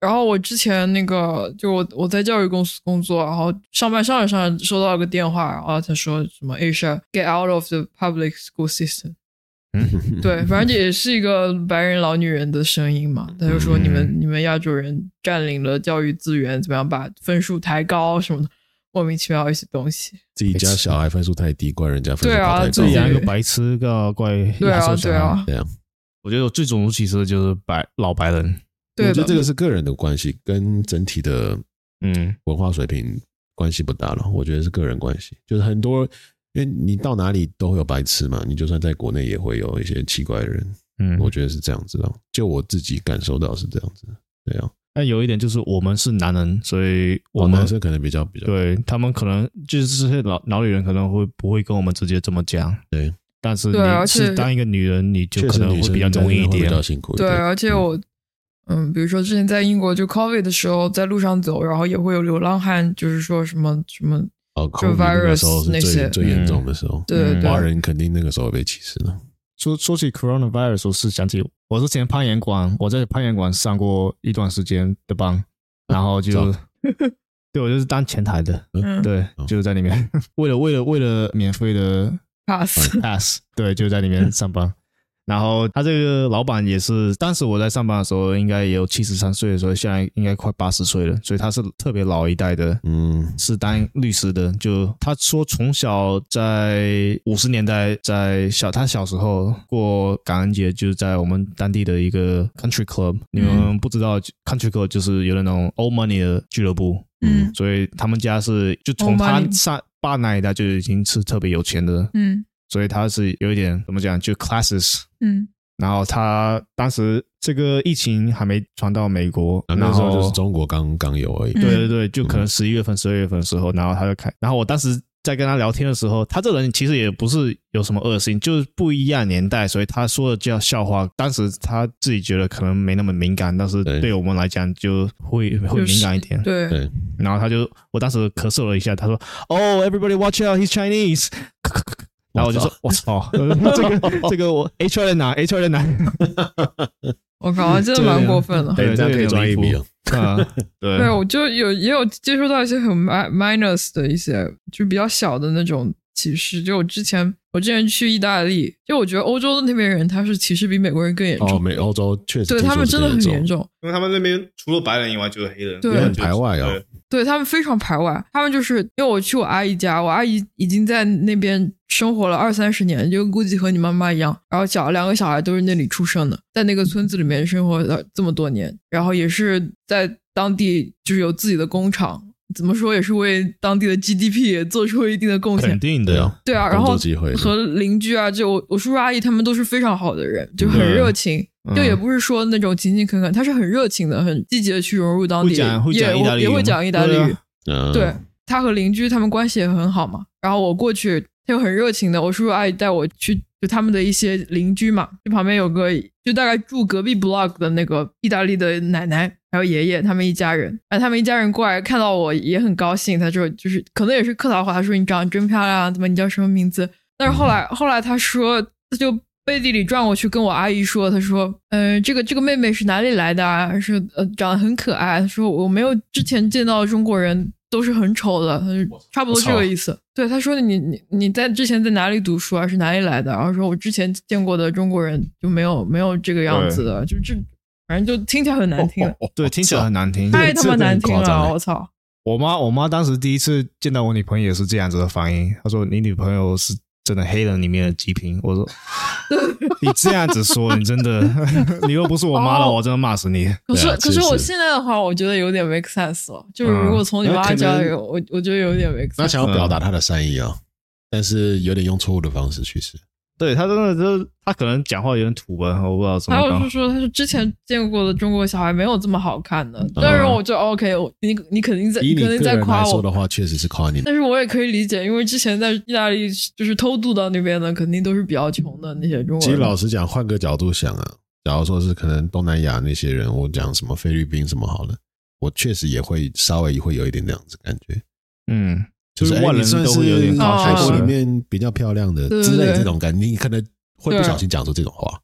[SPEAKER 3] 然后我之前那个，就我我在教育公司工作，然后上班上着上着收到了个电话，然后他说什么 Asia get out of the public school system，对，
[SPEAKER 1] 嗯
[SPEAKER 3] [LAUGHS] 反正也是一个白人老女人的声音嘛。他就说
[SPEAKER 2] 嗯
[SPEAKER 3] 你们、你们亚洲人占领了教育资源，怎么样把分数抬高什么的，莫名其妙一些东西。
[SPEAKER 1] 自己家小孩分数太低，怪人家分数
[SPEAKER 3] 对啊
[SPEAKER 1] 考太
[SPEAKER 3] 自
[SPEAKER 1] 高
[SPEAKER 3] 己
[SPEAKER 2] 自，己养一个白痴，个怪
[SPEAKER 3] 对
[SPEAKER 2] 亚
[SPEAKER 3] 啊
[SPEAKER 2] 洲，小
[SPEAKER 3] 对
[SPEAKER 2] 孩
[SPEAKER 3] 啊，
[SPEAKER 1] 对啊，
[SPEAKER 2] 我觉得我最种族歧视的就是白老白人，
[SPEAKER 1] 我
[SPEAKER 3] 对
[SPEAKER 1] 觉得
[SPEAKER 3] 的
[SPEAKER 1] 这。个是个人的关系，跟整体的
[SPEAKER 2] 嗯，
[SPEAKER 1] 文化水平关系不大了，我觉得是个人关系，就是很多，因为你到哪里都会有白痴嘛，你就算在国内也会有一些奇怪的人，
[SPEAKER 2] 嗯，
[SPEAKER 1] 我觉得是这样子啊，就我自己感受到是这样子，对啊，
[SPEAKER 2] 但有一点就是我们是男人，所以我
[SPEAKER 1] 哦
[SPEAKER 2] 们、
[SPEAKER 1] 男生可能比较比较，
[SPEAKER 2] 对他们可能就是这些老老女人可能会不会跟我们直接这么讲，
[SPEAKER 1] 对。
[SPEAKER 2] 但是
[SPEAKER 3] 对啊而
[SPEAKER 2] 你
[SPEAKER 3] 且
[SPEAKER 2] 是当一个女人，你就
[SPEAKER 1] 确
[SPEAKER 2] 可
[SPEAKER 1] 实
[SPEAKER 2] 能
[SPEAKER 1] 女
[SPEAKER 2] 会
[SPEAKER 1] 生
[SPEAKER 2] 比较容易一
[SPEAKER 1] 真的会比
[SPEAKER 2] 点。
[SPEAKER 1] 较辛苦一
[SPEAKER 3] 对，
[SPEAKER 1] 点，
[SPEAKER 3] 而且我，嗯，比如说之前在英国就 COVID 的时候，在路上走，然后也会有流浪汉，就是说什么什么，
[SPEAKER 1] 哦，空那个时候是
[SPEAKER 3] 那些
[SPEAKER 1] 最最严重的时候，
[SPEAKER 3] 对对
[SPEAKER 2] 嗯
[SPEAKER 3] 对，
[SPEAKER 1] 华人肯定那个时候被歧视了，
[SPEAKER 2] 说说起 coronavirus，我是想起我之前攀岩馆，我在攀岩馆上过一段时间的班，然后就 [LAUGHS] 对我就是当前台的，
[SPEAKER 3] 嗯
[SPEAKER 2] 对，就是在里面 [LAUGHS] 为了为了为了免费的
[SPEAKER 3] ，pass，
[SPEAKER 2] pass，对，就在里面上班。然后他这个老板也是，当时我在上班的时候，应该也有七十三岁的时候，现在应该快八十岁了，所以他是特别老一代的，
[SPEAKER 1] 嗯，
[SPEAKER 2] 是当律师的。就他说从小在五十年代，在小他小时候过感恩节，就是在我们当地的一个 country club。你们不知道 country club 就是有那种 old money 的俱乐部，
[SPEAKER 3] 嗯
[SPEAKER 2] 所以他们家是就从
[SPEAKER 3] Old
[SPEAKER 2] 他
[SPEAKER 3] money
[SPEAKER 2] 上爸那一代就已经是特别有钱的，
[SPEAKER 3] 嗯
[SPEAKER 2] 所以他是有一点怎么讲，就 classes。
[SPEAKER 3] [LAUGHS] 嗯
[SPEAKER 2] 然后他当时这个疫情还没传到美国，
[SPEAKER 1] 啊
[SPEAKER 2] 然
[SPEAKER 1] 那时候就是
[SPEAKER 2] 后
[SPEAKER 1] 中国刚刚有而已。
[SPEAKER 3] 嗯
[SPEAKER 2] 对对对，就可能十一月份、十二月份的时候，然后他就开，然后我当时在跟他聊天的时候，他这人其实也不是有什么恶性，就是不一样年代，所以他说的叫笑话，当时他自己觉得可能没那么敏感，但是
[SPEAKER 1] 对
[SPEAKER 2] 对我们来讲就会会敏感一点。
[SPEAKER 3] 嗯对
[SPEAKER 1] 对，
[SPEAKER 2] 然后他就，我当时咳嗽了一下，他说：“Oh, everybody watch out, he's Chinese。”然后我就说：“我操， [LAUGHS] 这
[SPEAKER 1] [LAUGHS]
[SPEAKER 2] 个这个我 HR 在哪？HR 在哪？”
[SPEAKER 3] 我靠，真的蛮过分的。
[SPEAKER 2] 对
[SPEAKER 1] 哎，这样可以赚一笔哦。
[SPEAKER 2] [LAUGHS] 啊，对
[SPEAKER 3] 对，我就有也有接触到一些很 mi- minus 的一些，就比较小的那种歧视。就我之前，我之前去意大利，就我觉得欧洲的那边人他是歧视比美国人更严重，
[SPEAKER 1] 哦，美欧洲确实
[SPEAKER 3] 对
[SPEAKER 1] 听
[SPEAKER 3] 他
[SPEAKER 1] 说
[SPEAKER 3] 们
[SPEAKER 1] 是
[SPEAKER 3] 真的
[SPEAKER 1] 这
[SPEAKER 3] 很
[SPEAKER 1] 种
[SPEAKER 3] 严重。
[SPEAKER 2] 因为他们那边除了白人以外就是黑人，
[SPEAKER 3] 对
[SPEAKER 1] 也很排外哦
[SPEAKER 2] 对。
[SPEAKER 3] 对他们非常排外，他们就是因为我去我阿姨家，我阿姨已经在那边生活了二三十年，就估计和你妈妈一样，然后小两个小孩都是那里出生的，在那个村子里面生活了这么多年，然后也是在当地就是有自己的工厂，怎么说也是为当地的 GDP 也做出了一定的贡献
[SPEAKER 2] 肯，定
[SPEAKER 1] 对
[SPEAKER 2] 的
[SPEAKER 1] 啊，
[SPEAKER 3] 对啊，然
[SPEAKER 1] 工
[SPEAKER 3] 后
[SPEAKER 1] 作机会
[SPEAKER 3] 和邻居啊，就我我叔叔阿姨他们都是非常好的人，就很
[SPEAKER 2] 对
[SPEAKER 3] 热情，
[SPEAKER 2] 嗯
[SPEAKER 3] 就也
[SPEAKER 1] 哦
[SPEAKER 3] 不是说那种勤勤恳恳，他是很热情的，很积极的去融入当地，
[SPEAKER 2] 会讲会讲
[SPEAKER 3] 也
[SPEAKER 2] 意大利语
[SPEAKER 3] 也
[SPEAKER 2] 吗
[SPEAKER 3] 会讲意大利
[SPEAKER 2] 对
[SPEAKER 3] 语
[SPEAKER 2] 啊。
[SPEAKER 1] 嗯，
[SPEAKER 3] 对他和邻居他们关系也很好嘛，然后我过去，他又很热情的，我叔叔阿姨带我去。就他们的一些邻居嘛，就旁边有个就大概住隔壁 block 的那个意大利的奶奶，还有爷爷他们一家人，啊，他们一家人过来看到我也很高兴，他说就是可能也是客套话，他说你长得真漂亮啊，怎么你叫什么名字？但是
[SPEAKER 1] 嗯
[SPEAKER 3] 后来后来他说，他就背地里转过去跟我阿姨说，他说，嗯、这个这个妹妹是哪里来的啊？是呃长得很可爱。他说我没有之前见到的中国人都是很丑的，他就差不多这个意思。对，他说你你你在之前在哪里读书啊？是哪里来的？然后说我之前见过的中国人就没有没有这个样子的，就这反正就听起来很难听的，
[SPEAKER 2] 哦对，听起来很难听。
[SPEAKER 3] 太他妈难听
[SPEAKER 1] 哦这个很夸张
[SPEAKER 3] 了，
[SPEAKER 1] 哎
[SPEAKER 3] 我操！
[SPEAKER 2] 我妈我妈当时第一次见到我女朋友也是这样子的反应，她说你女朋友是真的黑人里面的极品。我说
[SPEAKER 3] [LAUGHS]
[SPEAKER 2] 你这样子说，你真的，你又不是我妈了，
[SPEAKER 3] 哦
[SPEAKER 2] 我真的骂死你。
[SPEAKER 3] 可是
[SPEAKER 1] 对啊
[SPEAKER 3] 可是
[SPEAKER 1] 是
[SPEAKER 3] 我
[SPEAKER 1] 是
[SPEAKER 3] 现在的话，我觉得有点 make sense 了。就是如果从你
[SPEAKER 1] 嗯那
[SPEAKER 3] 妈
[SPEAKER 1] 可
[SPEAKER 3] 家
[SPEAKER 1] 能
[SPEAKER 3] 有，我我觉得有点 make
[SPEAKER 1] 他
[SPEAKER 3] sense。
[SPEAKER 1] 想要表达他的善意啊，但是有点用错误的方式去试。
[SPEAKER 2] 对她真的就是她可能讲话有点土吧，我不知道怎
[SPEAKER 3] 还
[SPEAKER 2] 么
[SPEAKER 3] 有
[SPEAKER 2] 搞
[SPEAKER 3] 就是。说，他说之前见过的中国小孩没有这么好看的，但是我就 OK，我你你肯定在
[SPEAKER 1] 嗯以你
[SPEAKER 3] 肯
[SPEAKER 1] 个
[SPEAKER 3] 定在
[SPEAKER 1] 人
[SPEAKER 3] 夸
[SPEAKER 1] 来说的
[SPEAKER 3] 我，
[SPEAKER 1] 话，确实是夸你。
[SPEAKER 3] 但是我也可以理解，因为之前在意大利就是偷渡到那边的，肯定都是比较穷的那些中
[SPEAKER 1] 其
[SPEAKER 3] 国
[SPEAKER 1] 实老
[SPEAKER 3] 人。
[SPEAKER 1] 实讲，换个角度想啊，假如说是可能东南亚那些人，我讲什么菲律宾什么好了，我确实也会稍微会有一点那样子感觉，
[SPEAKER 2] 嗯，
[SPEAKER 1] 就是
[SPEAKER 2] 就是外人都会有点
[SPEAKER 1] 哎你
[SPEAKER 3] 夸
[SPEAKER 1] 算是
[SPEAKER 3] 张
[SPEAKER 1] 海国里面比较漂亮的
[SPEAKER 3] 哦对
[SPEAKER 1] 之类
[SPEAKER 3] 对
[SPEAKER 1] 这种感觉，你可能会不
[SPEAKER 3] 对啊
[SPEAKER 1] 小心讲出这种话。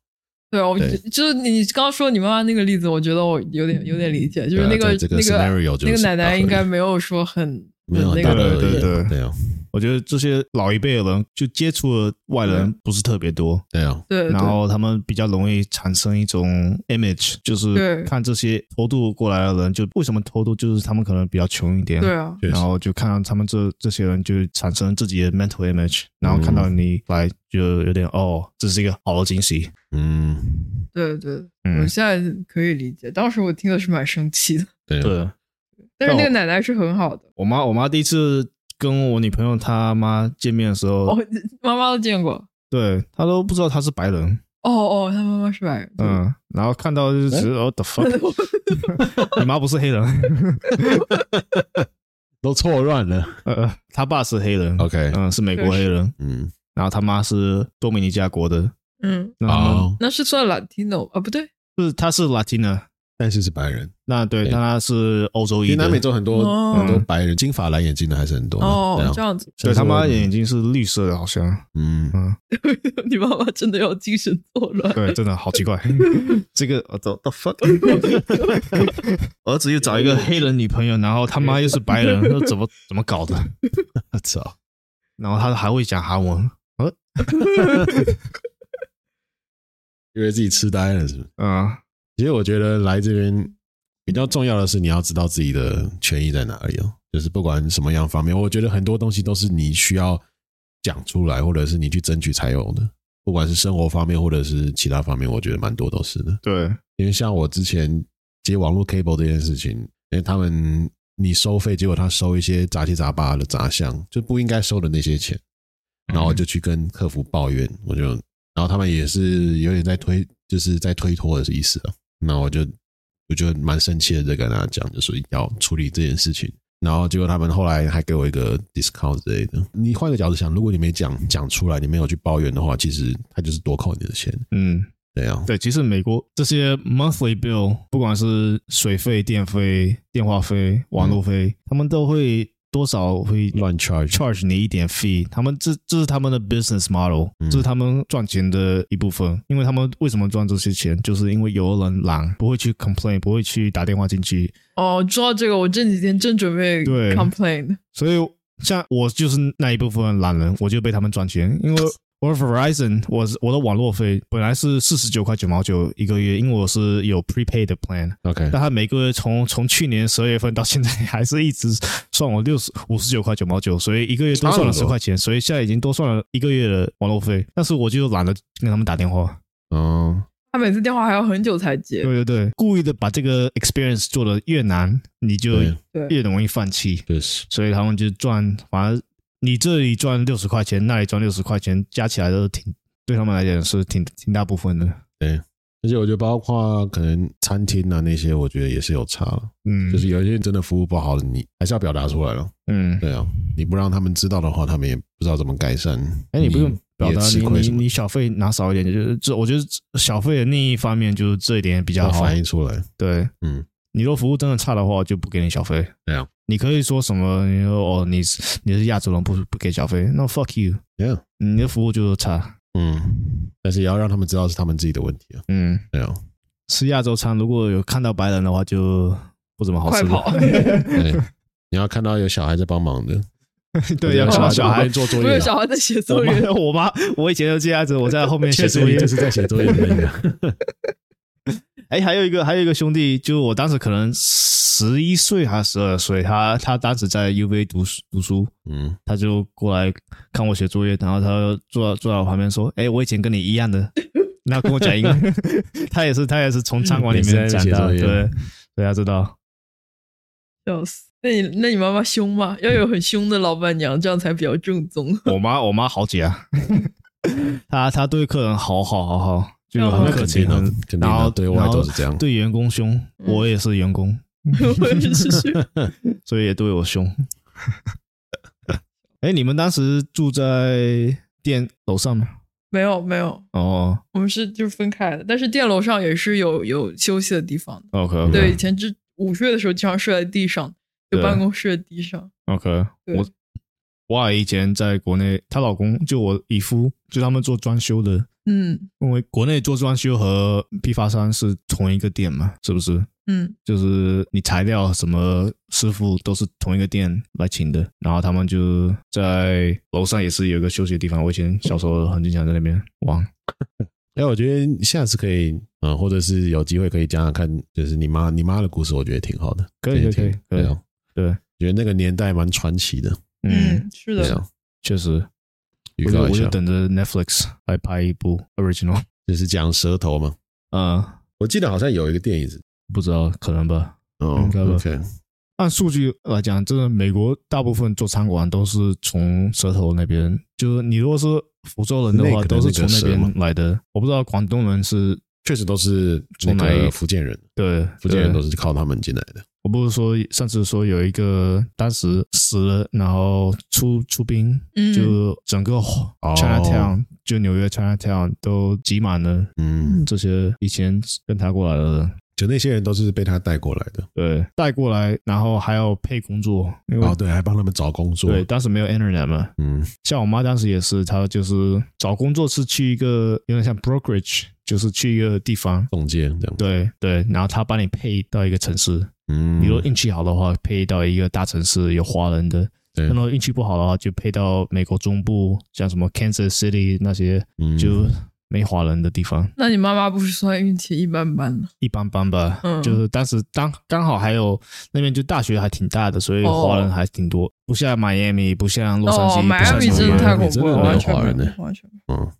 [SPEAKER 3] 对，我
[SPEAKER 1] 对
[SPEAKER 3] 就是你刚刚说你妈妈那个例子，我觉得我有点有点理解，就是
[SPEAKER 1] 对啊
[SPEAKER 3] 那个
[SPEAKER 1] 在这个
[SPEAKER 3] 那
[SPEAKER 1] scenario
[SPEAKER 3] 个
[SPEAKER 1] 就
[SPEAKER 3] 那
[SPEAKER 1] 是
[SPEAKER 3] 个奶
[SPEAKER 1] 不合
[SPEAKER 3] 奶
[SPEAKER 1] 理
[SPEAKER 3] 应该没有说很
[SPEAKER 1] 没有
[SPEAKER 3] 很
[SPEAKER 1] 很
[SPEAKER 3] 那
[SPEAKER 1] 大
[SPEAKER 3] 个
[SPEAKER 1] 的恶
[SPEAKER 2] 对
[SPEAKER 1] 意
[SPEAKER 2] 对
[SPEAKER 1] 啊啊，对啊，
[SPEAKER 2] 我觉得这些老一辈的人就接触的外人不是特别多，
[SPEAKER 1] 对啊，
[SPEAKER 3] 对，对
[SPEAKER 2] 然后他们比较容易产生一种 image，就是
[SPEAKER 3] 对
[SPEAKER 2] 看这些偷渡过来的人，就为什么偷渡，就是他们可能比较穷一点，
[SPEAKER 3] 对啊，
[SPEAKER 1] 确实
[SPEAKER 2] 然后就看到他们这这些人就产生自己的 mental image，然后看到你来就有点、哦，这是一个好的惊喜，
[SPEAKER 1] 嗯，
[SPEAKER 3] 对对，对我
[SPEAKER 2] 嗯，
[SPEAKER 3] 现在可以理解，当时我听的是蛮生气的，
[SPEAKER 1] 对啊，
[SPEAKER 2] 对
[SPEAKER 3] 但是
[SPEAKER 2] 但
[SPEAKER 3] 那个
[SPEAKER 2] 我
[SPEAKER 3] 奶奶是很好的，
[SPEAKER 2] 我妈我妈第一次跟我女朋友她妈见面的时候，
[SPEAKER 3] 我妈妈都见过。
[SPEAKER 2] 对她都不知道她是白人，
[SPEAKER 3] 哦哦，他妈妈是白人。对，
[SPEAKER 2] 嗯，然后看到就是只是
[SPEAKER 3] 嗯
[SPEAKER 2] 哦 the fuck，你妈不是黑人，
[SPEAKER 1] 都错乱了。
[SPEAKER 2] 呃，他爸是黑人
[SPEAKER 1] OK，
[SPEAKER 2] 嗯，是美国黑人，
[SPEAKER 1] 嗯，
[SPEAKER 2] 然后他妈是多米尼加国的，
[SPEAKER 3] [LAUGHS] 嗯，
[SPEAKER 2] 那他们、
[SPEAKER 1] 好，
[SPEAKER 3] 那是算 Latino 啊？不对，
[SPEAKER 2] 就是他是 Latina，
[SPEAKER 1] 但是是白人，
[SPEAKER 2] 那对，
[SPEAKER 1] 对
[SPEAKER 2] 但他是欧洲
[SPEAKER 1] 因
[SPEAKER 2] 裔
[SPEAKER 1] 为
[SPEAKER 2] 的
[SPEAKER 1] 南美，洲很多
[SPEAKER 3] 哦
[SPEAKER 1] 很多白人，金发蓝眼睛的还是很多的。对
[SPEAKER 3] 哦
[SPEAKER 1] 啊，
[SPEAKER 3] 这样子， [LAUGHS]
[SPEAKER 2] 对他妈眼
[SPEAKER 1] 也
[SPEAKER 2] 睛是绿色的，好像，
[SPEAKER 1] 嗯，
[SPEAKER 2] 嗯，
[SPEAKER 3] 你妈妈真的有精神错乱。
[SPEAKER 2] 对，真的好奇怪， [LAUGHS] 这个我的 the fuck，儿 [LAUGHS] 子又找一个黑人女朋友，然后他妈又是白人，那怎么怎么搞的？
[SPEAKER 1] 我 [LAUGHS] 操，
[SPEAKER 2] 然后他还会讲韩文，呃，
[SPEAKER 1] 以为自己痴呆了，是不是？
[SPEAKER 2] 嗯，
[SPEAKER 1] 其实我觉得来这边比较重要的是，你要知道自己的权益在哪里哦。就是不管什么样方面，我觉得很多东西都是你需要讲出来，或者是你去争取才有的。不管是生活方面，或者是其他方面，我觉得蛮多都是的。
[SPEAKER 2] 对，
[SPEAKER 1] 因为像我之前接网络 cable 这件事情，因为他们你收费，结果他收一些杂七杂八的杂项，就不应该收的那些钱，然后我就去跟客服抱怨，我就，然后他们也是有点在推，就是在推脱的意思啊。那我就我就蛮生气的，在跟他讲，就说要处理这件事情。然后结果他们后来还给我一个 discount 之类的。你换个角度想，如果你没讲讲出来，你没有去抱怨的话，其实他就是多扣你的钱，
[SPEAKER 2] 嗯，
[SPEAKER 1] 对啊，
[SPEAKER 2] 对，其实美国这些 monthly bill，不管是水费、电费、电话费、网络费，他们都会多少会
[SPEAKER 1] 乱 charge，
[SPEAKER 2] charge 你一点 fee，他们这这是他们的 business model，、
[SPEAKER 1] 嗯
[SPEAKER 2] 这是他们赚钱的一部分。因为他们为什么赚这些钱，就是因为有人懒，不会去 complain，不会去打电话进去。
[SPEAKER 3] 哦，说到这个，我这几天正准备
[SPEAKER 2] 对
[SPEAKER 3] complain，
[SPEAKER 2] 所以像我就是那一部分懒人，我就被他们赚钱，因为。我的 Verizon，我是我的网络费本来是四十九块九毛九一个月，因为我是有 prepaid 的 plan，
[SPEAKER 1] OK，
[SPEAKER 2] 但他每个月从从去年十二月份到现在还是一直算我六十五十九块九毛九，所以一个月多算
[SPEAKER 1] 差
[SPEAKER 2] 了十
[SPEAKER 1] 不多
[SPEAKER 2] 块钱，所以现在已经多算了一个月的网络费。但是我就懒得跟他们打电话，
[SPEAKER 1] 哦，
[SPEAKER 3] 他每次电话还要很久才
[SPEAKER 2] 对
[SPEAKER 3] 接。
[SPEAKER 2] 对对，故意的把这个 experience 做的越难，你就
[SPEAKER 1] 对
[SPEAKER 3] 对
[SPEAKER 2] 越容易放弃，
[SPEAKER 1] 确实，
[SPEAKER 2] 所以他们就赚，反而你这里赚六十块钱，那里赚六十块钱，加起来都挺对他们来讲是挺挺大部分的，
[SPEAKER 1] 而且我觉得包括可能餐厅啊那些，我觉得也是有差了，
[SPEAKER 2] 嗯，
[SPEAKER 1] 就是有一些真的服务不好的，你还是要表达出来了。
[SPEAKER 2] 嗯，
[SPEAKER 1] 对啊，你不让他们知道的话，他们也不知道怎么改善。
[SPEAKER 2] 哎，你不用表
[SPEAKER 1] 也
[SPEAKER 2] 达，
[SPEAKER 1] 吃
[SPEAKER 2] 你
[SPEAKER 1] 亏
[SPEAKER 2] 你
[SPEAKER 1] 什么
[SPEAKER 2] 你小费拿少一点，就是这，我觉得小费的另一方面就是这一点比较
[SPEAKER 1] 要
[SPEAKER 2] 好。
[SPEAKER 1] 反映出来。
[SPEAKER 2] 对，
[SPEAKER 1] 嗯，
[SPEAKER 2] 你如果服务真的差的话，我就不给你小费。
[SPEAKER 1] 对啊，
[SPEAKER 2] 你可以说什么？你说哦，你是你是亚洲人，不不给小费，那 fuck you，
[SPEAKER 1] Yeah，
[SPEAKER 2] 你的服务就是差。
[SPEAKER 1] 嗯，但是也要让他们知道是他们自己的问题啊。
[SPEAKER 2] 嗯，
[SPEAKER 1] 对
[SPEAKER 2] [LAUGHS]
[SPEAKER 1] 啊，
[SPEAKER 2] 吃亚洲餐如果有看到白人的话，就不怎么好
[SPEAKER 3] 快
[SPEAKER 2] 吃
[SPEAKER 3] 跑！
[SPEAKER 2] 了。 [LAUGHS]
[SPEAKER 1] 对，哎你要看到有小孩在帮忙的，
[SPEAKER 2] 对，要
[SPEAKER 1] 有
[SPEAKER 2] 看到小
[SPEAKER 1] 小
[SPEAKER 2] 孩。
[SPEAKER 1] 做作
[SPEAKER 3] 我
[SPEAKER 1] 业
[SPEAKER 3] 有
[SPEAKER 1] 啊，
[SPEAKER 3] 小孩在写
[SPEAKER 2] 我
[SPEAKER 3] 作
[SPEAKER 2] 妈 [LAUGHS]
[SPEAKER 3] 业，，
[SPEAKER 2] 我妈，我以前就这样子，我
[SPEAKER 1] [LAUGHS]
[SPEAKER 2] 在后面写作业，
[SPEAKER 1] 就是在写作业啊的那个。
[SPEAKER 2] 哎，还有一个，还有一个兄弟，就我当时可能十一岁还是十二岁，他他当时在 UV 读书读书，
[SPEAKER 1] 嗯，
[SPEAKER 2] 他就过来看我写作业，然后他坐到坐到我旁边说：“哎，我以前跟你一样的。”那跟我讲英文，他也是他也是从餐馆里面
[SPEAKER 1] 也是在
[SPEAKER 2] 讲
[SPEAKER 1] 写
[SPEAKER 2] 到，
[SPEAKER 1] 作业
[SPEAKER 2] 对，对，他知道，
[SPEAKER 3] 笑死。那你那你妈妈凶吗？要有很凶的老板娘，这样才比较正宗。 [LAUGHS]
[SPEAKER 2] 我妈我妈好姐
[SPEAKER 1] [LAUGHS]
[SPEAKER 2] [LAUGHS] 啊，她她对客人好好好好，就
[SPEAKER 3] 哦
[SPEAKER 2] 很
[SPEAKER 3] 那
[SPEAKER 2] 客
[SPEAKER 1] 肯
[SPEAKER 2] 气，
[SPEAKER 1] 定的
[SPEAKER 2] 很
[SPEAKER 1] 肯定的
[SPEAKER 2] 然后
[SPEAKER 1] 对外
[SPEAKER 2] 然后
[SPEAKER 1] 都是这样
[SPEAKER 2] 对员工凶，我也是员工，
[SPEAKER 3] 我也是 [LAUGHS] 是
[SPEAKER 2] 所以也对我凶。 [LAUGHS] 哎，你们当时住在店楼上吗？
[SPEAKER 3] 没有没有，
[SPEAKER 2] 哦
[SPEAKER 3] 我们是就是分开的，但是店楼上也是有有休息的地方的。
[SPEAKER 2] ，OK，
[SPEAKER 3] 对，以前之午睡的时候经常睡在地上，就
[SPEAKER 2] 对
[SPEAKER 3] 办公室的地上。
[SPEAKER 2] OK，
[SPEAKER 3] 对
[SPEAKER 2] 我我阿姨以前在国内，她老公就我姨夫，就他们做装修的，
[SPEAKER 3] 嗯
[SPEAKER 2] 因为国内做装修和批发商是同一个店嘛，是不是？
[SPEAKER 3] 嗯，
[SPEAKER 2] 就是你材料什么师傅都是同一个店来请的，然后他们就在楼上也是有一个休息的地方。我以前小时候很经常在那边玩。
[SPEAKER 1] 哎，我觉得下次可以，嗯、或者是有机会可以讲讲看，就是你妈你妈的故事，我觉得挺好的。
[SPEAKER 2] 可以可以
[SPEAKER 1] 听
[SPEAKER 2] 可以可以
[SPEAKER 1] 对啊，
[SPEAKER 2] 对，
[SPEAKER 1] 觉得那个年代蛮传奇的。
[SPEAKER 3] 嗯，是
[SPEAKER 1] 对
[SPEAKER 3] 的，
[SPEAKER 1] 啊，
[SPEAKER 2] 确实，
[SPEAKER 1] 预
[SPEAKER 2] 我就
[SPEAKER 1] 告
[SPEAKER 2] 我
[SPEAKER 1] 一
[SPEAKER 2] 就
[SPEAKER 1] 下，
[SPEAKER 2] 等着 Netflix 来拍一部 original。
[SPEAKER 1] 就是讲舌头嘛。
[SPEAKER 2] 呃，
[SPEAKER 1] 我记得好像有一个电影是，
[SPEAKER 2] 不知道可能吧。
[SPEAKER 1] 哦
[SPEAKER 2] 应该吧
[SPEAKER 1] ，OK，
[SPEAKER 2] 按数据来讲，真的美国大部分做餐馆都是从蛇头那边，就是你如果是福州人的话，
[SPEAKER 1] Lake 的
[SPEAKER 2] 都是从那
[SPEAKER 1] 那个蛇吗
[SPEAKER 2] 边来的。我不知道广东人是
[SPEAKER 1] 确实都是那
[SPEAKER 2] 从哪
[SPEAKER 1] 个
[SPEAKER 2] 里
[SPEAKER 1] 福建人，
[SPEAKER 2] 对
[SPEAKER 1] 福建人
[SPEAKER 2] 对
[SPEAKER 1] 都是靠他们进来的。
[SPEAKER 2] 我不是说上次说有一个当时死了，然后出出兵，
[SPEAKER 3] 嗯
[SPEAKER 2] 就整个
[SPEAKER 1] 哦
[SPEAKER 2] Chinatown、就纽约 Chinatown 都挤满了
[SPEAKER 1] 嗯，
[SPEAKER 2] 这些以前跟他过来的人。
[SPEAKER 1] 就那些人都是被他带过来的。
[SPEAKER 2] 对，带过来，然后还要配工作，因为、
[SPEAKER 1] 哦，对，还帮他们找工作。
[SPEAKER 2] 对，当时没有 internet 嘛，
[SPEAKER 1] 嗯，
[SPEAKER 2] 像我妈当时也是，她就是找工作是去一个有点像 brokerage，就是去一个地方，
[SPEAKER 1] 中介这样。
[SPEAKER 2] 对对，然后她帮你配到一个城市，
[SPEAKER 1] 嗯，
[SPEAKER 2] 你如果运气好的话，配到一个大城市有华人的；
[SPEAKER 1] 对
[SPEAKER 2] 那如果运气不好的话，就配到美国中部，像什么 Kansas City 那些，
[SPEAKER 1] 嗯
[SPEAKER 2] 就没华人的地方，
[SPEAKER 3] 那你妈妈不是算运气一般般的？
[SPEAKER 2] 一般般吧。
[SPEAKER 3] 嗯
[SPEAKER 2] 就是当时当刚好还有那边就大学还挺大的，所以
[SPEAKER 3] 哦
[SPEAKER 2] 华人还挺多，不像迈阿密，不像洛杉矶，
[SPEAKER 3] 哦，迈阿密
[SPEAKER 2] 不像
[SPEAKER 3] 真
[SPEAKER 2] 纽
[SPEAKER 3] 的
[SPEAKER 2] 约
[SPEAKER 3] 太恐怖了，
[SPEAKER 1] 迈阿
[SPEAKER 3] 完
[SPEAKER 1] 密真的没
[SPEAKER 3] 全
[SPEAKER 1] 有华人
[SPEAKER 3] 没
[SPEAKER 1] 呢
[SPEAKER 3] 有，完全没有。
[SPEAKER 1] 嗯，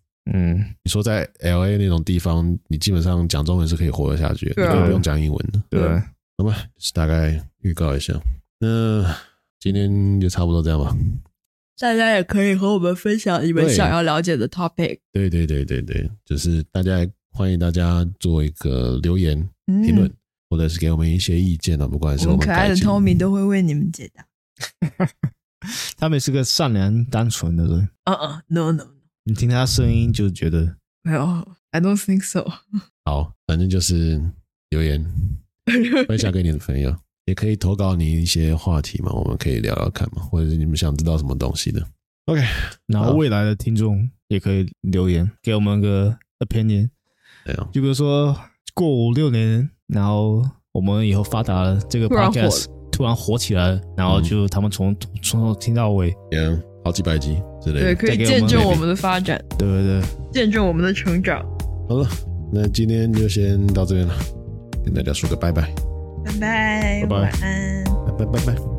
[SPEAKER 2] 嗯，
[SPEAKER 1] 你说在 L A 那种地方，你基本上讲中文是可以活得下去的，
[SPEAKER 3] 对啊
[SPEAKER 1] 你根本不用讲英文的。
[SPEAKER 2] 对，
[SPEAKER 3] 嗯
[SPEAKER 1] 好吧，是大概预告一下。那今天就差不多这样吧。
[SPEAKER 3] 大家也可以和我们分享你们
[SPEAKER 1] 对
[SPEAKER 3] 想要了解的 topic。
[SPEAKER 1] 对对对对对，就是大家欢迎大家做一个留言评论，或者是给我们一些意见啊，不管
[SPEAKER 3] 嗯我
[SPEAKER 1] 是
[SPEAKER 3] 们
[SPEAKER 1] 们
[SPEAKER 3] 可爱的
[SPEAKER 1] 改进
[SPEAKER 3] Tommy 都会为你们解答。
[SPEAKER 2] 他们是个善良单纯的人，
[SPEAKER 3] 嗯嗯，no no，
[SPEAKER 2] 你听他声音就觉得
[SPEAKER 3] 没有，I don't
[SPEAKER 1] [LAUGHS]
[SPEAKER 3] think so。
[SPEAKER 1] 好，反正就是留言分享给你的朋友，也可以投稿你一些话题嘛，我们可以聊聊看嘛，或者是你们想知道什么东西的。OK，
[SPEAKER 2] 然后
[SPEAKER 1] 好
[SPEAKER 2] 未来的听众也可以留言给我们个 opinion，
[SPEAKER 1] 这样
[SPEAKER 2] 就比如说过五六年，然后我们以后发达了，这个
[SPEAKER 3] 突然火
[SPEAKER 2] podcast 突然火起来了，然后就他们从从头听到尾，
[SPEAKER 1] ，yeah, 好几百集之类的。
[SPEAKER 3] 对，可以
[SPEAKER 2] 再给我
[SPEAKER 3] 见
[SPEAKER 2] 们
[SPEAKER 3] 证
[SPEAKER 2] maybe
[SPEAKER 3] 我们的发展，
[SPEAKER 2] 对不对？
[SPEAKER 3] 见证我们的成长。
[SPEAKER 1] 好了，那今天就先到这边了，跟大家说个拜拜，
[SPEAKER 3] 拜拜，
[SPEAKER 2] 拜拜
[SPEAKER 3] 晚安。
[SPEAKER 1] 拜拜拜拜。